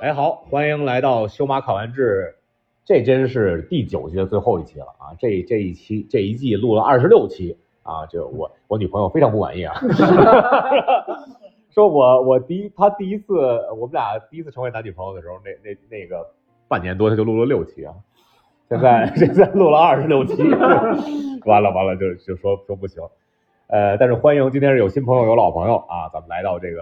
哎，好，欢迎来到修马考完制，这真是第九季的最后一期了啊！这这一期这一季录了二十六期啊，这我我女朋友非常不满意啊， 说我我第一她第一次我们俩第一次成为男女朋友的时候，那那那个半年多她就录了六期啊，现在 现在录了二十六期， 完了完了就就说说不行，呃，但是欢迎今天是有新朋友有老朋友啊，咱们来到这个。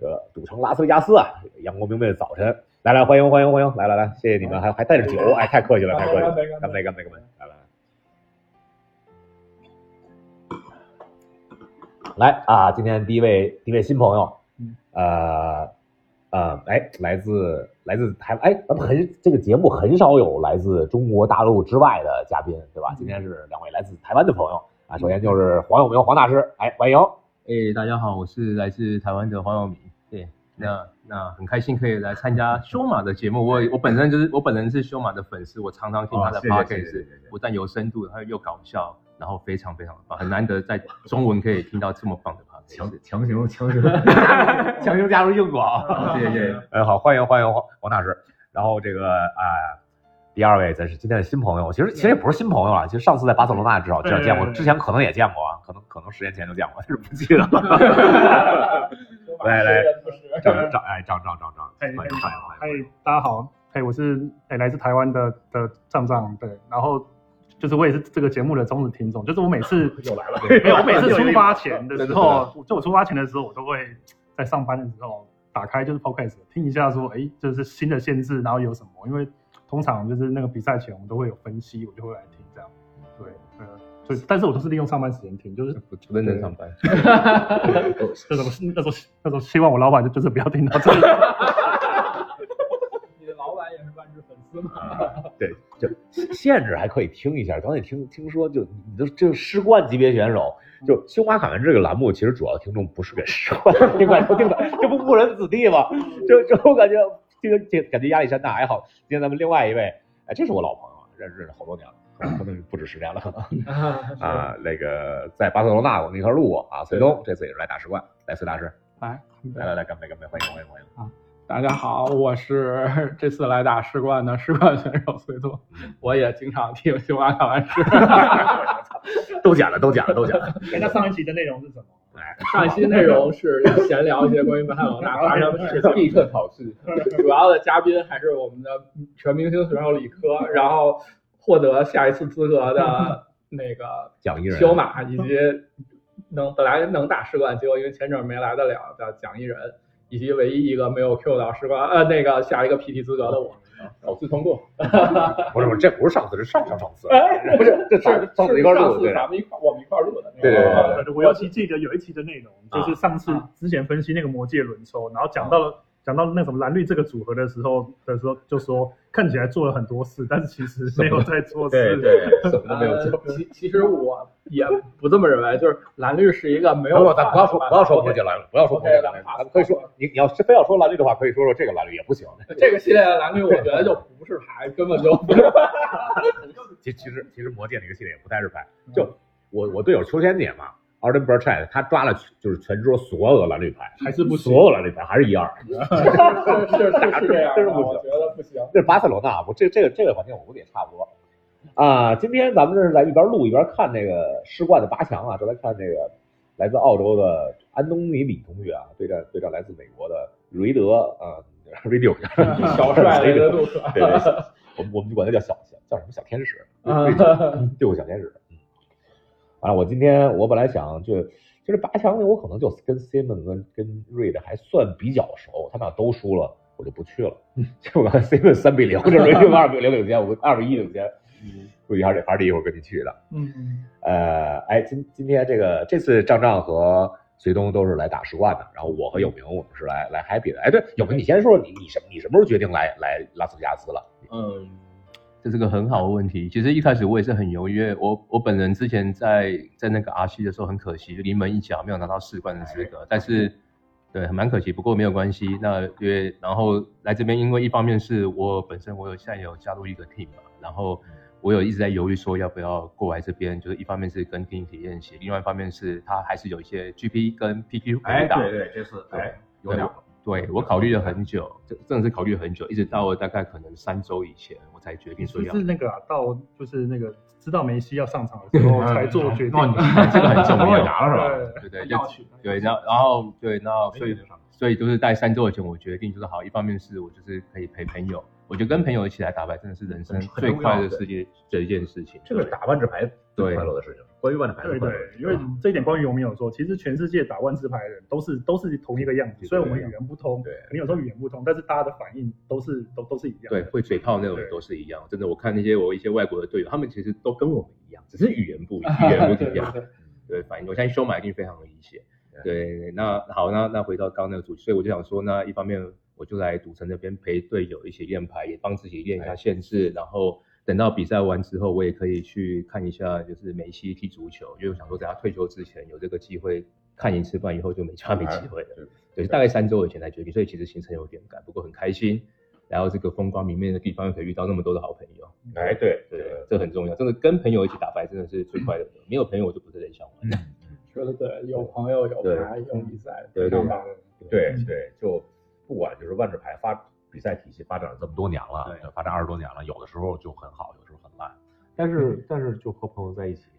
呃，赌城拉斯维加斯啊，阳光明媚的早晨，来来，欢迎欢迎欢迎，来来来，谢谢你们，还还带着酒，哎，太客气了，太客气了，干杯干杯干杯，来来来，来啊，今天第一位第一位新朋友嗯，呃呃，哎，来自来自台湾，哎，咱们很这个节目很少有来自中国大陆之外的嘉宾，对吧？今天是两位来自台湾的朋友啊，首先就是黄永明黄大师，哎，欢迎。哎、大家好，我是来自台湾的黄耀明。对，那那很开心可以来参加修马的节目。我我本身就是我本人是修马的粉丝，我常常听他的哦谢谢 podcast，、谢谢谢谢不但有深度，他又搞笑，然后非常非常棒，很难得在中文可以听到这么棒的 podcast。强强行强 行， 强行加入硬广。谢谢谢谢。呃，好，欢迎欢迎黄黄大师。然后这个啊、第二位咱是今天的新朋友，其实其实也不是新朋友啊，其实上次在巴塞罗那至少至少见过，对对对之前可能也见过啊，可能可能十年前就见过， 但是不记得了。 来来张张哎张张张张，哎欢迎欢迎嗨欢迎。，大家好，哎，我是哎来自台湾的的丈丈，对，然后就是我也是这个节目的忠实听众，就是我每次 又来了，没有，我每 次出发前的时候，就我出发前的时候，我都会在上班的时候打开就是 podcast 听一下说，哎，就是新的限制，然后有什么，因为通常就是那个比赛前我们都会有分析，我就会来听这样，对，呃，所以但是我都是利用上班时间听， 就是不认真上班，这种那种那种希望我老板就就是不要听到这个。 你的老板也是万智粉丝吗？对，就限制还可以听一下。刚才听听说就，你都这师冠级别选手，就修马卡门这个栏目，其实主要听众不是给师冠 听众听的，这不误人子弟吗？这这我感觉这个这感觉压力山大。还好，今天咱们另外一位，哎，这是我老朋友，认认识好多年了，可能可能不止十年了，可能啊，那个在巴塞罗那我那块路过啊，隋东这次也是来打师冠，来隋大师，来，来来来，干杯干杯，欢迎欢迎欢迎。大家好，我是 这次来打世冠的世冠选手崔多，我也经常听新华卡完事。 都剪了，都剪了，都剪了。哎哎，那上一集的内容是什么？上一期内容是闲聊一些关于曼哈罗大发生的事情，立刻考试。主要的嘉宾还是我们的全明星选手李科，然后获得下一次资格的那个讲一人，修马以及能本来能打世冠，结果因为前者没来得了的蒋一人，以及唯一一个没有 Q 到世冠呃那个下一个 PT 资格的我，首次通过。 不是不是，这不是上次，是上上上次， 不是这哎是上上次一是块上录次对。咱们一块我们一块录的那个。对对对对我尤其记得有一期的内容，啊就是上次之前分析那个魔界轮抽，然后讲到了讲到那什么蓝绿这个组合的时候的时候，就说看起来做了很多事，但是其实没有在做对事。对，什么都没有呃做。其其实我也不这么认为，就是蓝绿是一个没等有会儿办咱法。不要说不要说魔界蓝绿，不要说魔界蓝 OK，绿，哎咱咱们可以说你你要是非要说蓝绿的话，可以说说这个蓝绿也不行。这个系列的蓝绿，我觉得就不是牌，根本就不是其其实其实魔界那个系列也不太是牌，嗯就我我队友秋千姐嘛。a r d e n b e r c h a t 他抓了就是全桌所有的蓝绿牌，还是不所有蓝绿牌还是一 二。是是是这样的，真是不行我觉得不行。这是巴塞罗那，我这这个这个环境我估计也差不多。啊，今天咱们这是在一边录一边看那个世冠的八强啊，正在看这个来自澳洲的安东尼里同学啊，对战对战来自美国的瑞德啊， 瑞德，小帅的一个路可。对对，对我们我们就管他叫小小叫什么小天使，啊瑞德对付小天使。啊，我今天我本来想就就是八强里我可能就跟 Simon 跟跟 Reed 还算比较熟，他们俩都输了我就不去了。结果 Simon 三比零，这 Reed 二比零领先，我二比一领先，估计还是得还是得一会儿跟你去的。嗯，呃，哎，今今天这个这次仗仗和隋东都是来打十冠的，然后我和有明我们是来来 happy 的。哎，对，有明你先说说你你什么你什么时候决定来来拉斯维加斯了？嗯，这是个很好的问题。其实一开始我也是很犹豫，我我本人之前在在那个 R C 的时候很可惜，临门一脚没有拿到四冠的资哎格，但是对蛮可惜，不过没有关系。那因为然后来这边，因为一方面是我本身我有现在有加入一个 team 嘛，然后嗯我有一直在犹豫说要不要过来这边，就是一方面是跟 team 体验习，另外一方面是他还是有一些 GP 跟 PQ 可以打。哎对，这次对哎有两个，对我考虑了很久，真真的是考虑了很久，一直到了大概可能三周以前，我才决定是说不要是。那个啊到就是那个知道梅西要上场的 时候才做决定哦你？这个很重要我也拿了是吧？对对对，就要去对，然后然后对，那所以就上所以就是在三周以前，我决定就是好，一方面是我就是可以陪朋友，我觉得跟朋友一起来打牌真的是人生很重最要快乐世界的一件事情。这个是打万智牌最快乐的事情，关于万智牌最对快乐对的事，情。因为这一点关于我们有说，其实全世界打万字牌的人都是都是同一个样子，对虽然我们语言不通，对你有时候语言不通，但是大家的反应都是都都是一样对，的。会嘴炮那种人都是一样，真的。我看那些我一些外国的队友，他们其实都跟我们一样，只是语言不一样，语言不一样。嗯对，反应我相信修马一定非常的理解。对，那好，那那回到刚刚那个主题，所以我就想说，那一方面我就来赌城那边陪队友一起练牌，也帮自己练一下限制，然后等到比赛完之后，我也可以去看一下，就是梅西踢足球，因为我想说，等他退休之前有这个机会看一次，不然以后就没他没机会了。对，大概三周以前才决定，所以其实行程有点赶，不过很开心。然后这个风光明媚的地方，又可以遇到那么多的好朋友，哎，对对，这很重要。真的跟朋友一起打牌，真的是最快乐的。没有朋友，我就不是很想玩。说的对，有朋友，有对牌，有比赛，对对上对榜对对，就不管就是万智牌发比赛体系发展了这么多年了对，发展二十多年了，有的时候就很好，有的时候很烂。嗯但是但是就和朋友在一起，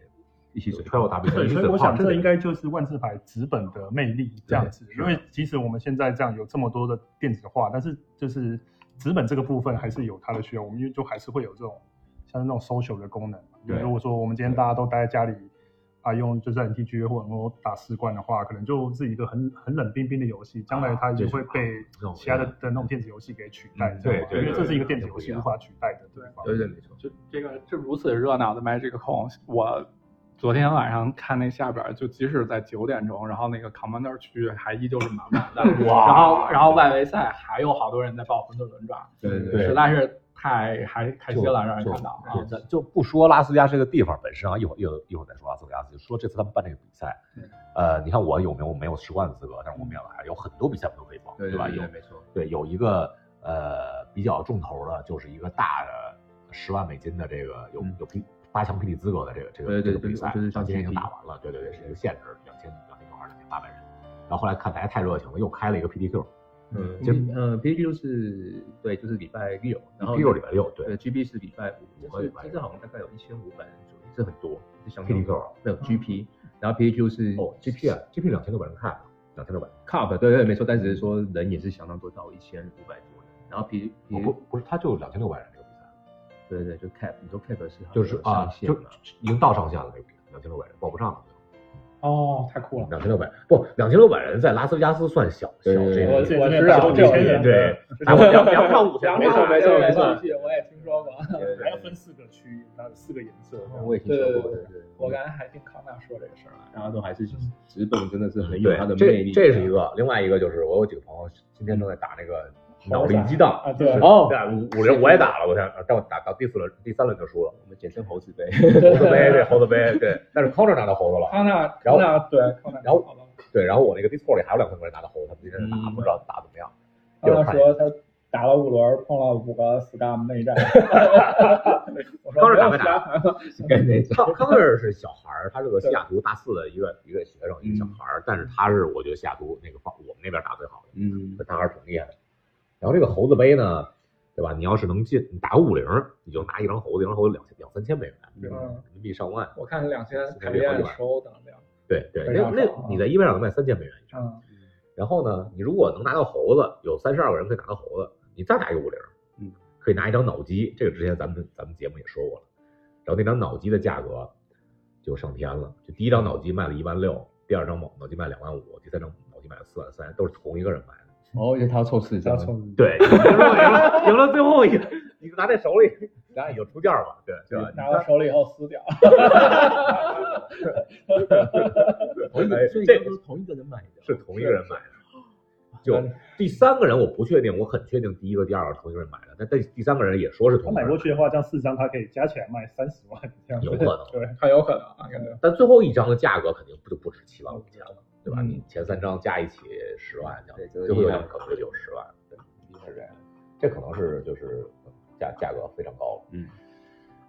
一起一起嘴吹我打比赛，对，一起所以嘴我炮想这个应该就是万字牌纸本的魅力这样子，因为即使我们现在这样有这么多的电子化，但是就是纸本这个部分还是有它的需要，我们就就还是会有这种像是那种 social 的功能嘛。因为对如果说我们今天大家都待在家里啊，用就是 NTG 或者说打四冠的话，可能就是一个很很冷冰冰的游戏，将来啊它也会被这种其他的的那种电子游戏给取代嗯，这样嘛对对因为这对是一个对电子对游不一戏无样法取代的地方。对对，没错。就这个这如此热闹的 Magic Con，我昨天晚上看那下边儿，就即使在九点钟，然后那个 Commander 区还依旧是满满的，哇然后然后外围赛还有好多人在报馄饨轮转，对对对实在是太还开心了，让人看到啊就！咱就不说拉斯维加斯这个地方本身啊，一会儿一会儿一会儿再说拉斯维加斯，就说这次他们办这个比赛，呃，你看我有没有我没有士冠资格，但是我们也来，有很多比赛我们都可以报，对吧？对有没错。嗯对有一个呃比较重头的，就是一个大的十万美金的这个有嗯有评八强 PD 资格的这个这个对这对个对比赛，就是到今天已经 PDT 打完了，对对对，是一个限制，两千两千多还是两千八百人。然后后来看大家太热情了，又开了一个 PDQ，嗯，就就呃，P G 就是对，就是礼拜六，然后 p d q 礼拜六，对对 G B 是礼拜五，五和礼就是拜六这次好像大概有一千五百人左右，这很多，这相 p 当 d 多 q 没有 G P，然后 P G 是哦，GP 啊，GP 两千多百人看，两千多百人。哦 Cup，对对没错，但只是说人也是相当多，到一千五百多人，然后 P 不 P 哦不不是，他就两千六百人这个比赛，对对就 Cap，你说 Cap 是好像就是有啊上，限就嘛已经到上限了，这个比赛两千六百人报不上了。哦，太酷了！两千六百不，两千六百人在拉斯维加斯算小小对对这对个我我这这知边道打五这个千人对这打个过两两场五千，没 错没没错错没没错错，这个我也听说过，对 还要对分四个区域，它有四个颜色。哦我也听说过，对对对对，我刚才还听康纳说这个事儿来着。大家都还是纸本真的是很有它的对，魅力这这是一个。个，另外一个就是我有几个朋友今天正在打那个脑力激荡啊对哦，五五轮我也打了，我想，但我打到第四轮第三轮就输了，我们简称猴子杯， 猴子杯 对猴子杯对，但是 Connor 拿到猴子了，康纳，然康后纳对，康纳然后好吧对，然后我那个 Discord 里还有两三个人拿到猴子，他们今天打不知道打怎么样，康纳看呃说他打了五轮，碰了五个 scam 内 战。我康纳说没有打没打 scam 跟那 个康康尔是小孩儿，他是个西雅图大四的一个一个学生，一个小嗯孩儿，但是他是我觉得西雅图那个方我们那边打最好的，嗯，他还是挺厉害的。然后这个猴子杯呢，对吧？你要是能进，你打个五零，你就拿一张猴子，一张猴子两千两三千美元，对吧嗯人民币上万。我看两千凯利安收等量，对对，非那常那好啊你在 eBay 上能卖三千美元以上。嗯，然后呢，你如果能拿到猴子，有三十二个人可以拿到猴子，你再打一个五零，嗯，可以拿一张脑机，这个之前咱们咱们节目也说过了。然后那张脑机的价格就上天了，就第一张脑机卖了一万六，第二张脑脑机卖两万五，第三张脑机卖了四万三，都是同一个人买的。哦，因为他要凑四加张，充对，赢了赢了最后一个， 你拿在手里，咱俩有出价嘛，对对吧？拿到手里以后撕掉。 同一个，哎所以这这都是同一个人买的，是同一个人买的。就第三个人我不确定，我很确定第一个、第二个同一个人买的，但但第三个人也说是他同一个买人过去的话，这样四张他可以加起来卖三十万这样子。有可能对，很有可能啊，感觉但最后一张的价格肯定不就不止七万五千了，对吧？嗯你前三张加一起十万，这对样就是最后一一万张可能就有十万，对，是这样。这可能是就是价价格非常高了。嗯，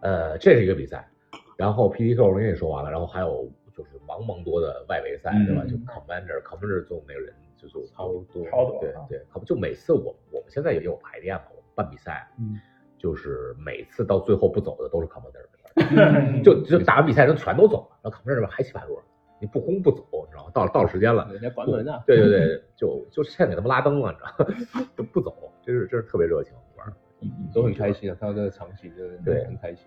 呃，这是一个比赛，然后 PTQ 我跟你说完了，然后还有就是茫茫多的外围赛，对吧？嗯就 Commander，Commander 总那个人就是我超多，超多对啊对，可不就每次我我们现在也有排练嘛，我们办比赛，嗯就是每次到最后不走的都是 commander，就就打完比赛人全都走了，然后 commander 这边还七八桌，你不轰不走，你知道吗？到了到了时间了，人家关门啊，对对对，就就现在给他们拉灯了，你知道吗？ 就不走，真是真是特别热情玩儿。都很开心啊，看到这个场景就是对很开心。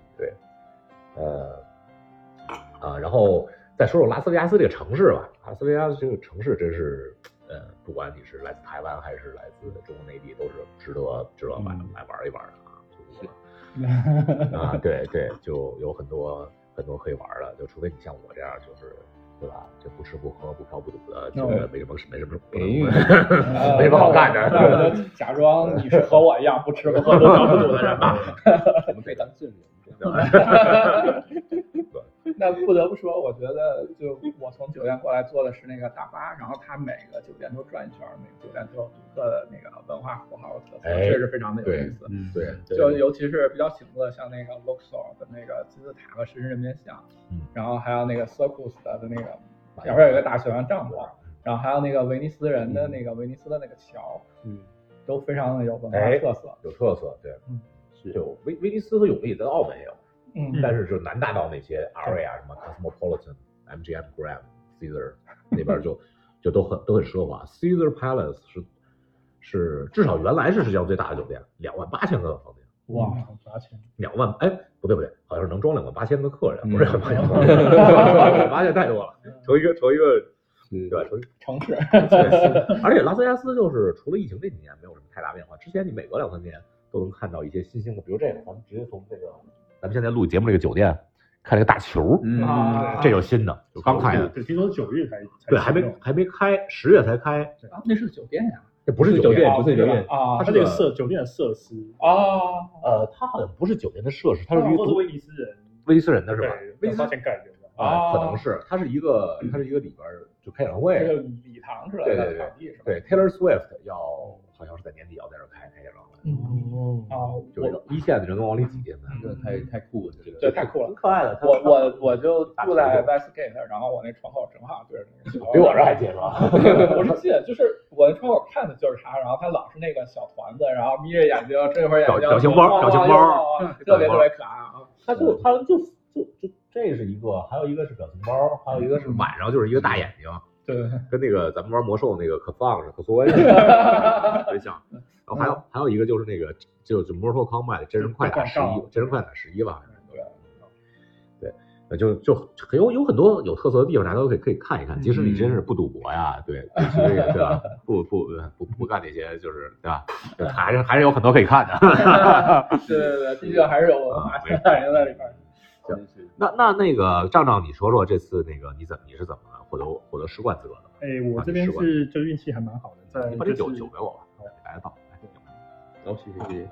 呃，啊，然后再说说拉斯维加斯这个城市吧。拉斯维加斯这个城市真是，呃，不管你是来自台湾还是来自中国内地，都是值得值得来来玩一玩的啊。嗯就是 啊，对对，就有很多很多可以玩的，就除非你像我这样，就是对吧？就不吃不喝不嫖不赌的，就没什么没什么不能 呃没什么好干的。那我就假装你是和我一样不吃不喝不喝 不赌的 人吧。我们被当证人。那不得不说，我觉得就我从酒店过来坐的是那个大巴，然后它每个酒店都转一圈，每个酒店都有独特的那个文化符号和特色，哎确实非常的有意思。嗯，对，就尤其是比较醒目的，像那个 Luxor 的那个金字塔和狮身人面像，嗯然后还有那个 Circus 的那个两边有一个大雪山帐嗯篷，然后还有那个威尼斯人的那个威尼斯的那个桥，嗯，都非常的有文化哎特色。有特色，对，嗯是有威威尼斯和永利在澳门也有，嗯，但是就南大道那些 area 什么 Cosmopolitan、MGM、Grand、Caesar 那边就就都很都很奢华，Caesar Palace 是是至少原来是世界上最大的酒店，两万八千个房间，哇，嗯八千，两万哎不对不对，好像是能装两万八千个客人，嗯不是两万八千，两万八千太多了，成一个成一个。是对吧？成一个城市，对， 而且拉斯维加斯就是除了疫情这几年没有什么太大变化，之前你每隔两三年都能看到一些新兴的，比如这个，咱们直接从这个咱们现在录节目这个酒店看这个大球，啊嗯这有新的，就刚开的，对，听说九月才才对，还启没用还没开，十月才开，啊那是酒店呀，这不是酒店，不是酒店，啊它是这个个设酒店的设施，啊，呃，它好像不是酒店的设施，它它是一是个威尼斯人，威尼斯人的是吧？威对，威尼尼斯斯先盖的，啊，可能是，它是一个，它是一个里边儿就开演唱会，这个礼堂似的的场地是吧？对，Taylor Swift 要好像是在年底要在这儿开开演唱会，哦啊，我就是一线的人能往里挤进来，嗯这个太太酷了，这个对太酷了挺。可爱的。它我我我就住在大 Westgate，然后我那窗口正好对着那个桥，比我这儿还近是 吧？不是近，就是我那窗口看的就是他，然后他老是那个小团子，然后眯着眼睛，这会儿眼睛，表表情包晃晃晃表情包晃 晃特别特别可爱啊！它就它就就就这是一个，还有一个是表情包，还有一个是晚上就是一个大眼睛，对对对，跟那个咱们玩魔兽那个可放似的，可缩 关系 特别像。然后还有还有一个就是那个就就 Mortal Kombat 真人快打十就广一，真人快打十一吧，好像是对对，呃就就很有有很多有特色的地方，大家都可以可以看一看。即使你真是不赌博呀，对，其实也对 吧？不不不不干那些就是对吧？就还是还是有很多可以看的。 对对对，毕竟还是有文啊化现代人在里边。行，那那那个仗仗，你说说这次那个你怎你是怎么获得获得世冠资格的？哎，我这边是就运气还蛮好的，在你把就这哦是酒酒给我吧，你来吧。来然后谢谢谢谢，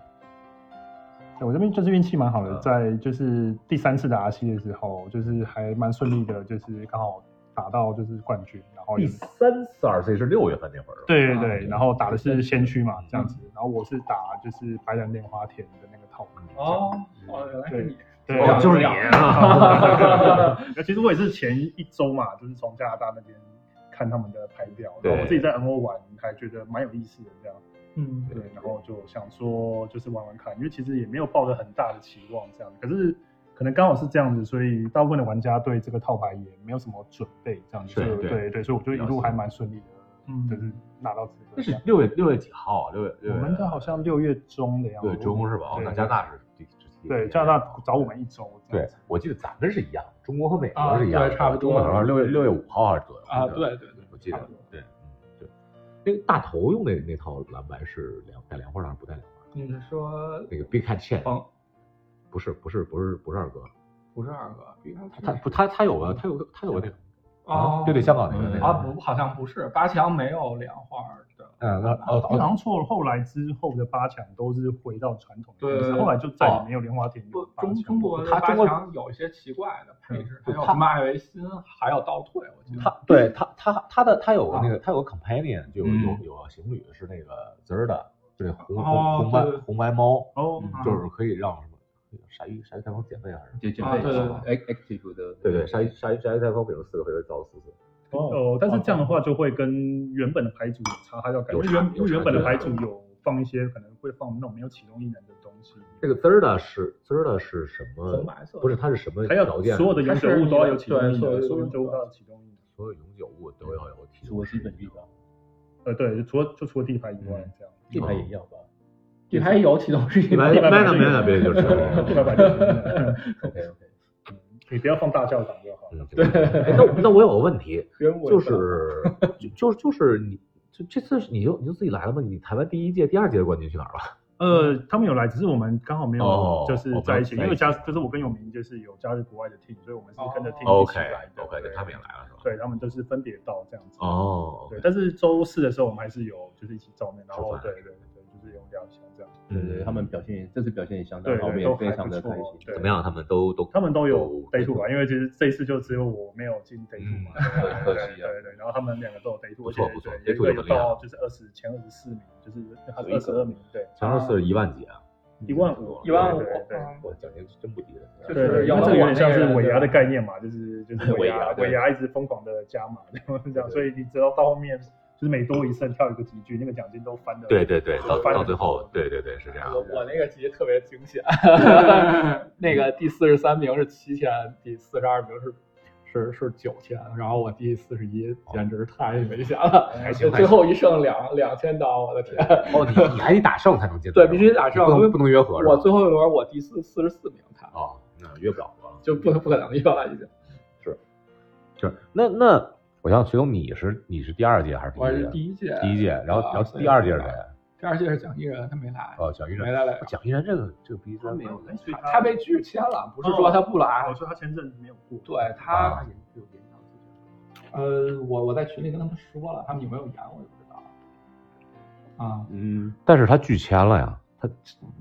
对我这边就是运气蛮好的，嗯在就是第三次的 R 七的时候，就是还蛮顺利的，就是刚好打到就是冠军，然后第也三次 RC 是六月份那会儿是吧？对对啊对，然嗯后打的是先驱嘛这样子，然后我是打就是白染莲花田的那个套路，哦，哦，原来是你，对，哦，就是你啊！ 那其实我也是前一周嘛，就是从加拿大那边看他们的排表，然后我自己在 NO 玩，还觉得蛮有意思的这样。嗯，对，然后就想说就是玩玩看，因为其实也没有抱着很大的期望这样，可是可能刚好是这样子，所以大部分的玩家对这个套牌也没有什么准备这样子，是所以对对对，所以我就一路还蛮顺利的，嗯就是拿到资格那这是样。六月六月几号啊？六月六我月们的好像六月中的样子，对中是吧？哦，对那加拿大是第第第对加拿大找我们一周这样对子，，我记得咱们是一样，中国和美国是一样啊的，对差不中多国好像是六月六月五号还是左右啊，吧对对对，我记得差不多对，嗯对，那个大头用那那套蓝白是两带莲花上不带莲花？你是说那个 Big Cat Chain，、嗯不是不是不是不是二哥，不是二哥？比他他不他他有个他有个他有个那个嗯哦，对对香港那个那个啊，不，好像不是，八强没有莲花的。嗯那哦，好像错了。后来之后的八强都是回到传统的对方式，后来就再哦也没有莲花田不有，八中强中国他的中八国强有一些奇怪的配置，还嗯有什么艾维辛，还有倒退，我记得。他对他他他的他有个那个他有个 companion 就有有有个情侣是那个 Zerda，就那红红哦红白对对红白猫，哦，嗯啊就是可以让什么鲨鱼鲨鱼太风姐妹还是姐姐啊对对，active 的，嗯对对鲨鱼鲨鱼鲨鱼太风，比如四个回合造四次，哦，但是这样的话就会跟原本的牌组有差，还要改，有因为差原因有为差原本的对啊牌组有放一些可能会放那种没有启动异能的东西，这个 Zerda 是 Zerda 是什么红？白色不是，它是什么还条有件？所有的永久物都要有启动对异能，所有的所有永久物都要有启动异能。所有永久物都要有提除供了基本地吧，呃，对，除了就除了地牌以外，嗯这样。地牌也要吧。底牌有启动是一一般个一地板般板的就没那有别的就是。地板板就行。 OK OK，你不要放大教堂就好。嗯对，哎那我那我有个问题，人物就是就就是就是你就这次是你就你就自己来了吗？你台湾第一届、第二届的冠军去哪儿了？呃，他们有来，只是我们刚好没哦有就是哦在一起，没有因为在一加就是我跟永明就是有加入国外的 team，所以我们是跟着 team 一起 OK 来的。 OK，对就他们也来了是吧？对他们就是分别到这样子。哦，对，但是周四的时候我们还是有就是一起照面，然吃后饭对对对，就是有聊一下这嗯样。对对，他们表现也这次表现也相当对好，我们对，也都非还常不的错开心。。对怎么？样？他们都都他们都有 day 背 two 吧，因为其实这一次就只有我没有进 day two 嘛，嗯对可对惜啊对对，然后他们两个都有 day two，不而错且不错对 day 一 two 个有有很厉害哦到就是二十前二十四名，就是他是二十二名，对，前二四一万几啊？一万五，一嗯万五哦对对对我奖金真不低的。就对，是因要为这往个有点那像个是人尾牙的的概念嘛，就是 就是尾尾牙牙对尾牙一直疯狂的加码， 然后这样，所以你只要到后面就是每多一胜跳一个集聚，那个奖金都翻的。对对对，到翻到最后，对对对，是这样我。我那个集特别惊 险，那个第四十三名是七千，第四十二名是是是九千，然后我第四十一，简直太没钱了，还行就最后一胜两两千刀，我的天！ 哦，你你还得打胜才能进。哦对必须打胜不能不能约合。是吧我最后一轮我第四四十四名，看哦，那约不了合了。就不不可能要了已经。就是那那，我想徐总，你是你是第二届还是第我是一届？啊第第一届，一届，然后啊然后所以第二届是没谁来？第二届是蒋一人，他没来，哦，蒋一没然。来来。蒋一然这个这个逼真没有人去他被拒签了，不是说他不来，我说他签证没有过。对啊他有延长呃，我我在群里跟他们说了，他们有没有延我也不知道。啊，嗯，但是他拒签了呀，他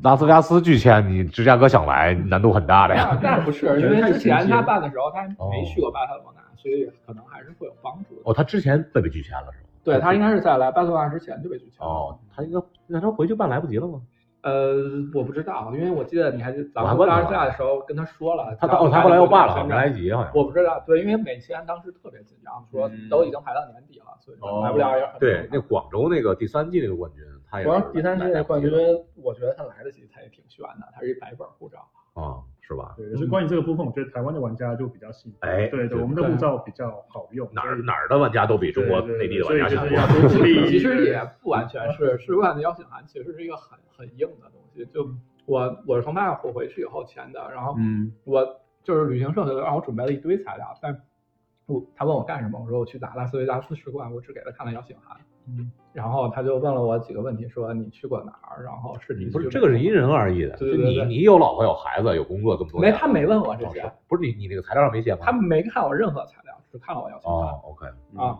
拉斯维加斯拒签，你芝加哥想来难度很大的哎呀。那 那不是，因为之前他办的时候他还没去过巴塞罗那，所以可能还是会有帮助的。哦哦，他之前被被拒签了是吗？对他应该是在来巴塞罗那之前就被拒签了。哦，他应该那他回去办来不及了吗？呃，我不知道，因为我记得你还咱我还们问他当时在的时候跟他说了，他咱哦，们他后来又办签了，证没来得及好像。我不知道，对，因为美签当时特别紧张，说嗯都已经排到年底了，所以哦来不了也很对，正那常广州那个第三季那个冠军，他也是主要是第三来届来的不冠及军了，我觉得他来得及，他也挺悬的，他是一白本 护照。啊，是吧？对，所以关于这个部分，我觉得台湾的玩家就比较幸运。哎对对对，我们的护照比较好用。哪儿所以哪儿的玩家都比中国内地的玩家对强多对对了。所以就是要多鼓励。其实也不完全是，世冠的邀请函其实是一个很很硬的东西。就我我是从曼谷回去以后签的，然后嗯，我就是旅行社就让我准备了一堆材料，但我他问我干什么，我说我去打拉斯维加斯世冠，我只给他看了邀请函。嗯，然后他就问了我几个问题，说你去过哪儿，然后是你不是去这过个是因人而异的，对就对你对你有老婆有孩子有工作这么多年没他没问啊我这些哦是不是你你那个材料上没写吗？他没看我任何材料，只看了我邀请函。哦，OK，嗯啊，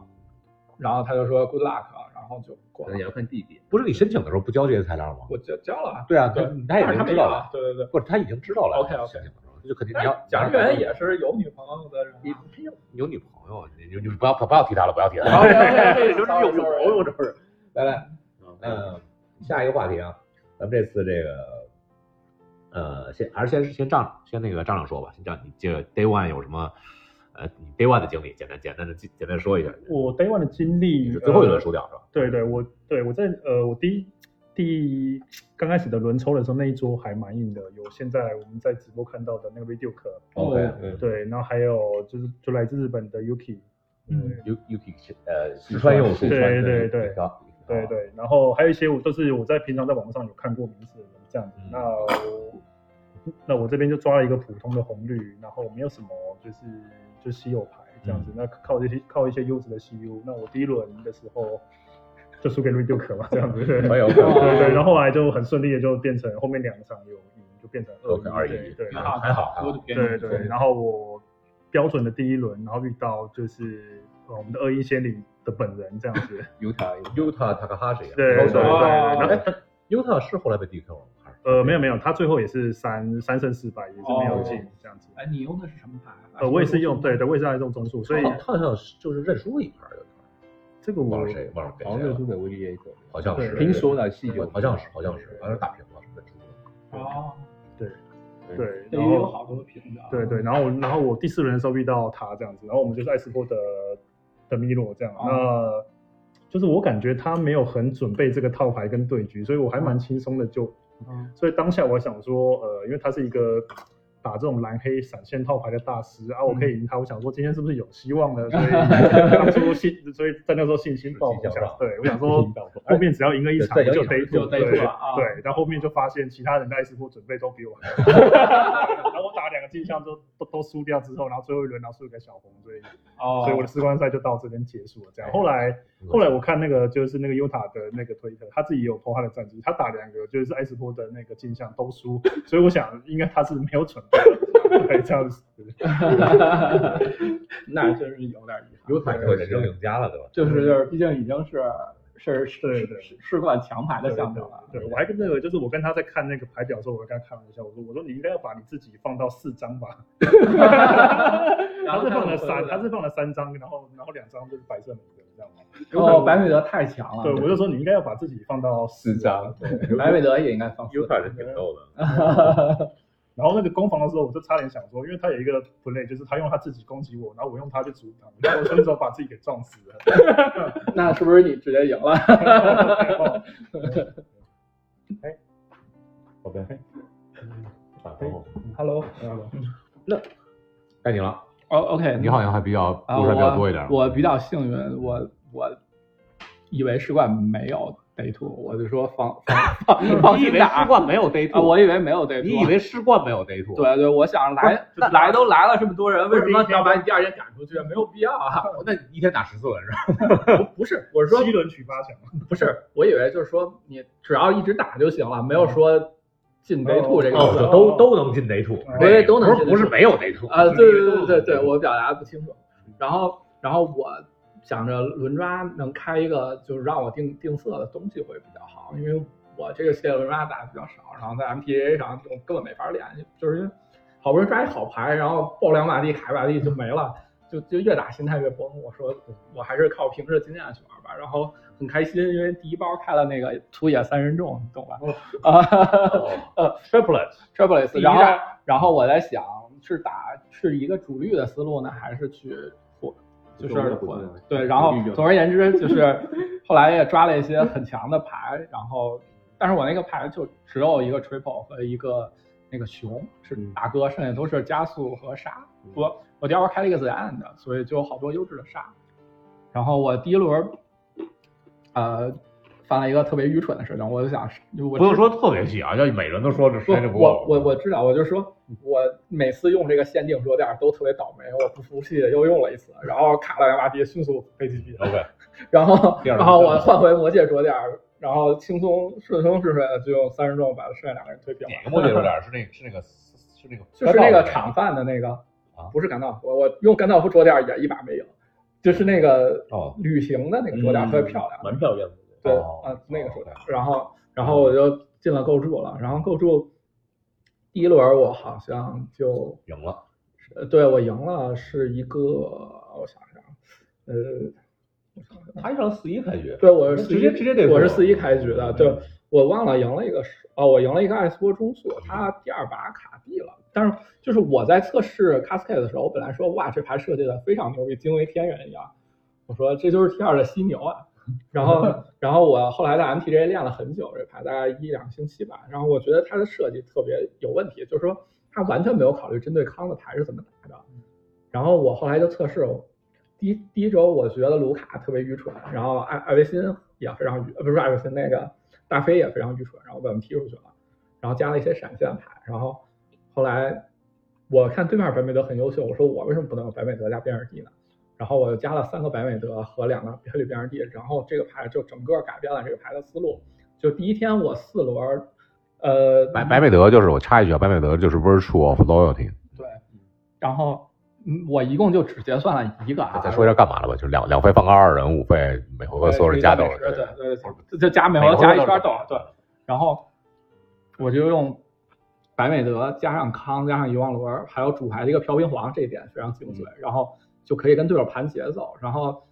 然后他就说 good luck，然啊后就过可能了也。要看地点。不是你申请的时候不交这些材料吗？我就交了啊，对啊，他对他但已是经他没知道啊了，对对对。不是他已经知道了。 OK，OK 申请的时候就肯定但你是要蒋元也是有女朋友的人啊，你你有有女朋友，啊你你你不要不要提他了，不要提他好了， ，OK，OK，OK，就是有 sorry，有 sorry 朋友这不是？来来，啊嗯，下一个话题啊，咱们这次这个，呃，先还是先先张长先那个张长说吧，先张你这个 day one 有什么？呃，你 day one 的经历，简单简单的简单说一下。我 day one 的经历你是，最后一呃轮输掉是吧？对对，我对我在呃，我第一第一刚开始的轮抽的时候，那一桌还蛮硬的，有现在我们在直播看到的那个 Reduke， OK，嗯呃对，然后还有就是就来自日本的 Yuki，嗯， U U K 呃，石川佑树，对川对的对一条对，对，然后还有一些我都是我在平常在网络上有看过名字的人这样子，嗯那我那我这边就抓了一个普通的红绿，然后没有什么就是就稀有牌嗯这样子，那靠这些靠一些优质的 CU，那我第一轮的时候就输给 Reduke 嘛，这 样子，对。没有对对，然后后来就很顺利的就变成后面两场有赢，就变成二 OK 二一嗯对对还好还好，我的天对对。然后我标准的第一轮，然后遇到就是呃我们的二一仙里的本人这样子，犹他， Utah Takahashi，啊对对对对。然后对，Utah 哎是后来被 DQ 了吗？还是呃没有没有，他最后也是三三胜四败，也是没有进这样子。哎，你用的是什么牌？啊呃，我也是用对对，我也是爱用中数，所以他好像是就是认输了一盘儿，有点儿这个忘我了谁忘了给好谁像又了输，给 VGA 的，好像是对听说的细有就好像是好像是好像是打平了，是认输了。哦，对，对然于有后好多品种。啊对对，然后然后我第四轮的时候遇到他这样子，然后我们就是艾斯波的的米洛这样。哦那就是我感觉他没有很准备这个套牌跟对局，所以我还蛮轻松的就，嗯所以当下我想说，呃，因为他是一个打这种蓝黑闪现套牌的大师啊，我嗯可以赢他。我想说今天是不是有希 望呢？所以当初信，所以在那时候信心爆信棚心爆，对我想说。后面只要赢了一场对再赢就一场 day 就 two， day 对 two 了啊对，然后后面就发现其他人的艾斯波准备都比我还好， 然后我打两个镜像都都都输掉之后，然后最后一轮然后输给小红，所以哦，所以我的士官赛就到这边结束了。这样，后来后来我看那个就是那个优塔的那个推特，他自己也有 PO 他的战绩，他打两个就是艾斯波的那个镜像都输，所以我想应该他是没有准备的， 对，这样子。 那真是有点遗憾。有彩就人生赢家了，对吧？就是就是，毕竟已经是是嗯对是对是是冠强牌的哎对项目了。啊对，我还跟那个就是我跟他在看那个牌表的时候，我跟他开玩笑，我说我说你应该要把你自己放到四张吧，他是放了三，他是放了三张，然后然后两张就是白色玫瑰，这样吗？哦，白美德太强了。对，我就说你应该要把自己放到四四张，白美德也应该放优四塔人挺逗的，然后那个攻防的时候，我就差点想说，因为他有一个 play，就是他用他自己攻击我，然后我用他去阻挡，然后我伸手把自己给撞死 了。那是不是你直接赢了？ 宝贝，打招呼， Hello，该你了。哦，OK，你好像还比较啊，路我还比较多一点。我比较幸运，我我以为试冠没有 day two，我就说放放放你以心为打世冠没有 day 啊， two，我以为没有哎 day two，啊你以为世冠没有 day two？，对对，我想来不是来都来了，这么多人，为什么不是要把你第二天赶出去？没有必要啊！那你一天打十四轮是吧？ 不是，我是说七轮取八强，不是，我以为就是说你只要一直打就行了，没有说进 day two 这个哎哦，词。就都都能进 day two，我以为都能不进是不 day 是 two 没有 day two 啊，对对对对对对，我表达的不清楚。嗯然后，然后我想着轮抓能开一个就是让我定定色的东西会比较好，因为我这个系列轮抓打的比较少，然后在 MTA 上我根本没法练，就是因为好不容易抓一好牌，然后爆两把地卡一把地就没了，就就越打心态越崩。我说我还是靠平时的经验去玩吧，然后很开心，因为第一包开了那个土野三人众，你懂吧？ 啊、 triplet，呃 Triplets，第一然后站然后我在想是打是一个主绿的思路呢，还是去火，就是火对，然后总而言之就是 后来也抓了一些很强的牌，然后但是我那个牌就只有一个 triple 和一个那个熊是大哥，剩下都是加速和杀。我我第二轮开了一个 the end，所以就有好多优质的杀。然后我第一轮，呃，犯了一个特别愚蠢的事情，我就想我不用知说特别细啊，要每轮都说这不时间就，不我够。我我知道，我就说，我每次用这个限定桌垫都特别倒霉，我不服气又用了一次，然后卡了两把地，迅速飞机币， OK，然后第二轮然后我换回魔界桌垫，然后轻松顺风顺水的就用三十中把剩下两个人推平哪个了，目的有点是那个是那个是那个就是那个厂饭的那个，啊不是甘道夫，我我用甘道夫桌垫也一把没赢，就是那个哦嗯旅行的那个桌垫特别嗯漂亮，门票院子。对哦啊，那个手袋。然后，然后我就进了构筑了。然后构筑第一轮我好像就，赢了，呃对我赢了，是一个我想想，啊呃，他上四一开局，对我是直接41直接对付我是四一开局的，嗯对我忘了赢了一个是哦，我赢了一个艾斯波中速，他第二把卡地了。但是就是我在测试 Cascade 的时候，我本来说哇这牌设计的非常牛逼，惊为天人一样，我说这就是 T 二的犀牛啊。然后然后我后来在 MTJ 练了很久这牌，大概一两个星期吧。然后我觉得它的设计特别有问题，就是说它完全没有考虑针对康的牌是怎么打的。然后我后来就测试，第一第一周我觉得卢卡特别愚蠢，然后艾艾维辛也非常愚，呃不是艾维辛那个大飞也非常愚蠢，然后把我们踢出去了，然后加了一些闪现牌，然后后来我看对面白美德很优秀，我说我为什么不能有白美德加变耳地呢？然后我又加了三个白美德和两个黑绿变耳地，然后这个牌就整个改变了这个牌的思路。就第一天我四轮，呃，白白美德就是我插一句啊，白美德就是 virtue of loyalty。对，然后嗯我一共就只结算了一个啊，再说一下干嘛了吧，就是两两费放个二人，五费每回合所有人加都是。对对对，就加美国加一圈豆，对。然后我就用白美德加上康加上遗忘轮，还有主牌的一个飘冰皇，这一点非常精髓，然后就可以跟对手盘节奏。然后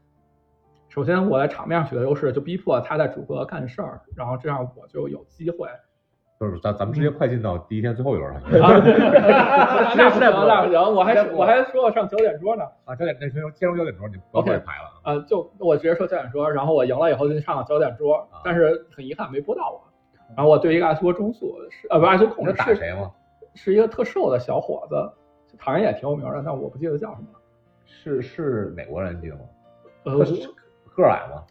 首 先我在场面上取得优势，就逼迫他在主格干事儿，然后这样我就有机会就是咱咱们直接快进到第一天最后一轮了。嗯那不行，那不行，我时还间不够我还说我上九点桌呢。 啊，九点那时候接着九点钟你不要 OK 再排了啊。呃，就我直接说九点桌，然后我赢了以后就上了九点桌啊，但是很遗憾没播到我。啊然后我对一个爱苏中速是呃不是爱苏你控知是道打谁啊吗？是一个特瘦的小伙子，好像也挺有名的，但我不记得叫什么了。是是美国人记得吗？呃个儿矮吗？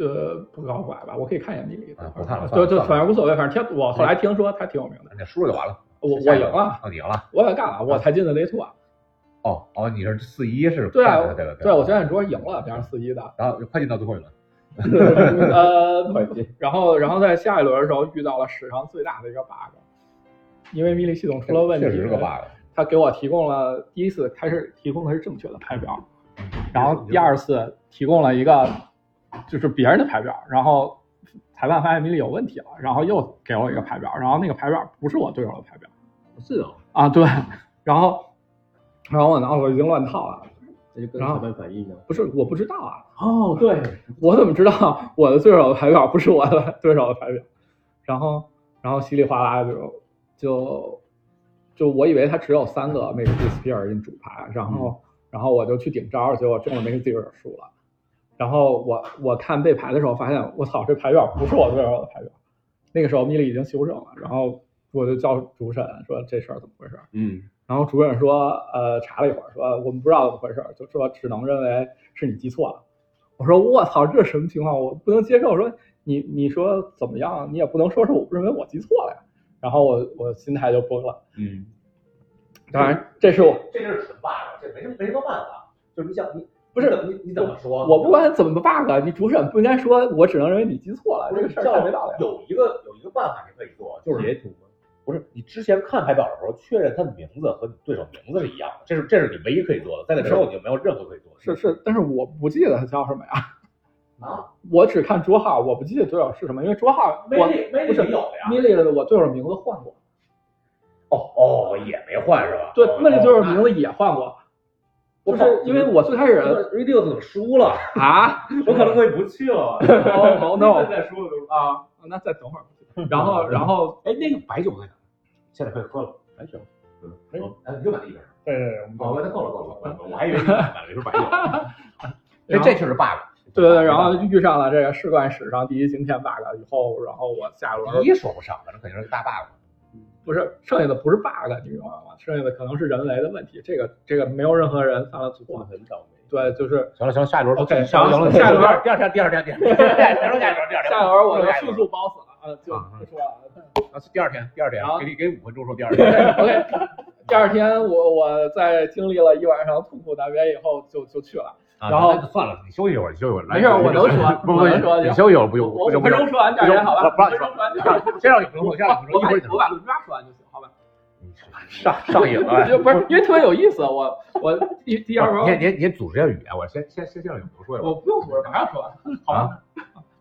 呃，不高不矮吧，我可以看一眼地理。啊不看了就就算了反正无所谓，反正听我后来听说他挺有名的，那输了就完了。我我下一赢个了，哦，你赢了。我也干了，我才进的 day two 啊。哦 哦，你是四一是吧？对啊，对对，我九点桌赢了，别人四一的。然后快进到最后一轮， 呃，然后然后在下一轮的时候遇到了史上最大的一个 bug，因为米粒系统出了问题，确实是个 bug。他给我提供了第一次开始提供的是正确的排表，然后第二次提供了一个就是别人的排表，然后裁判发现米粒有问题了，然后又给我一个排表，然后那个排表不是我队友的排表不是哦，啊，对，然后然后我脑我已经乱套了，那就跟然后裁判反映了。不是我不知道啊，哦，对，我怎么知道我的对手的排表不是我的 对手的排表？然后，然后稀里哗啦就就就我以为他只有三个 Make Disappear 进主牌，然后、然后我就去顶招，结果中了 Make Disappear 输了。然后我我看背牌的时候发现，我操，这牌表不是我对手的牌表。那个时候米莉已经修正了，然后我就叫主审说这事儿怎么回事儿。嗯，然后主任说，呃，查了一会儿，说我们不知道怎么回事儿，就说只能认为是你记错了。我说我操，这什么情况？我不能接受。我说你你说怎么样？你也不能说是我认为我记错了呀。然后我我心态就崩了。嗯，当然，这是我这就是纯 bug，这没什么没什么办法。就是你想你不是你你怎么说我不管怎么 bug，你主审不应该说我只能认为你记错了，这个事儿太没道理了。有一个有一个办法你可以做，就是截图吗？不是你之前看排表的时候确认他的名字和你对手名字是一样的，这是这是你唯一可以做的，在那之后你就没有任何可以做的。是是，但是我不记得他叫什么呀。 啊，我只看桌号，我不记得对手是什么，因为桌号我没没不是没有的呀。米莉的我对手名字换过，哦哦，也没换是吧？哦对，那那里对手名字也换过，我就是因为我最开始 reduce 怎么输了？啊我可能可以不去了。 ，no no 现 no 在输了就是啊，那再等会儿，然后 然后哎，那个白酒在哪？现在可以喝了，白酒。嗯，哎，你就买了一瓶。对对对，我们哦，都那够了够了够了，我还以为你买了一瓶白 酒。这这确实 bug。对对对，然后遇上了这个世冠史上第一惊天 bug 以后，然后我下轮第一说不上，反正肯定是个大 bug。不是剩下的不是 bug，你明白吗？剩下的可能是人为的问题，这个这个没有任何人犯了我错，很倒霉。对，就是行了行了，下一轮 OK，下一轮下一轮第二天第二天第二天第二天第二天第二天下一轮我就下一迅速包死了啊，就不说了。啊第二天第二天然后给你给你五分钟说第二天。 OK，第 二天我我在经历了一晚上痛苦难眠以后就，就去了。啊然后那算了，你休息一会儿，你休息一会儿。来没事，我能说，不不我能说，不，你休息一会儿不用我不五用不分用钟。说完第二天好吧？不让五你分说钟说完第二天。先让你不用，先让你我不用，一会儿你把我把轮抓说完就行，好吧？上上啊瘾了。就不是因为特别有意思，我我第第二轮你你你组织一下语言，我先先先先让你不说一会我儿不用说，马上说完，好吧啊？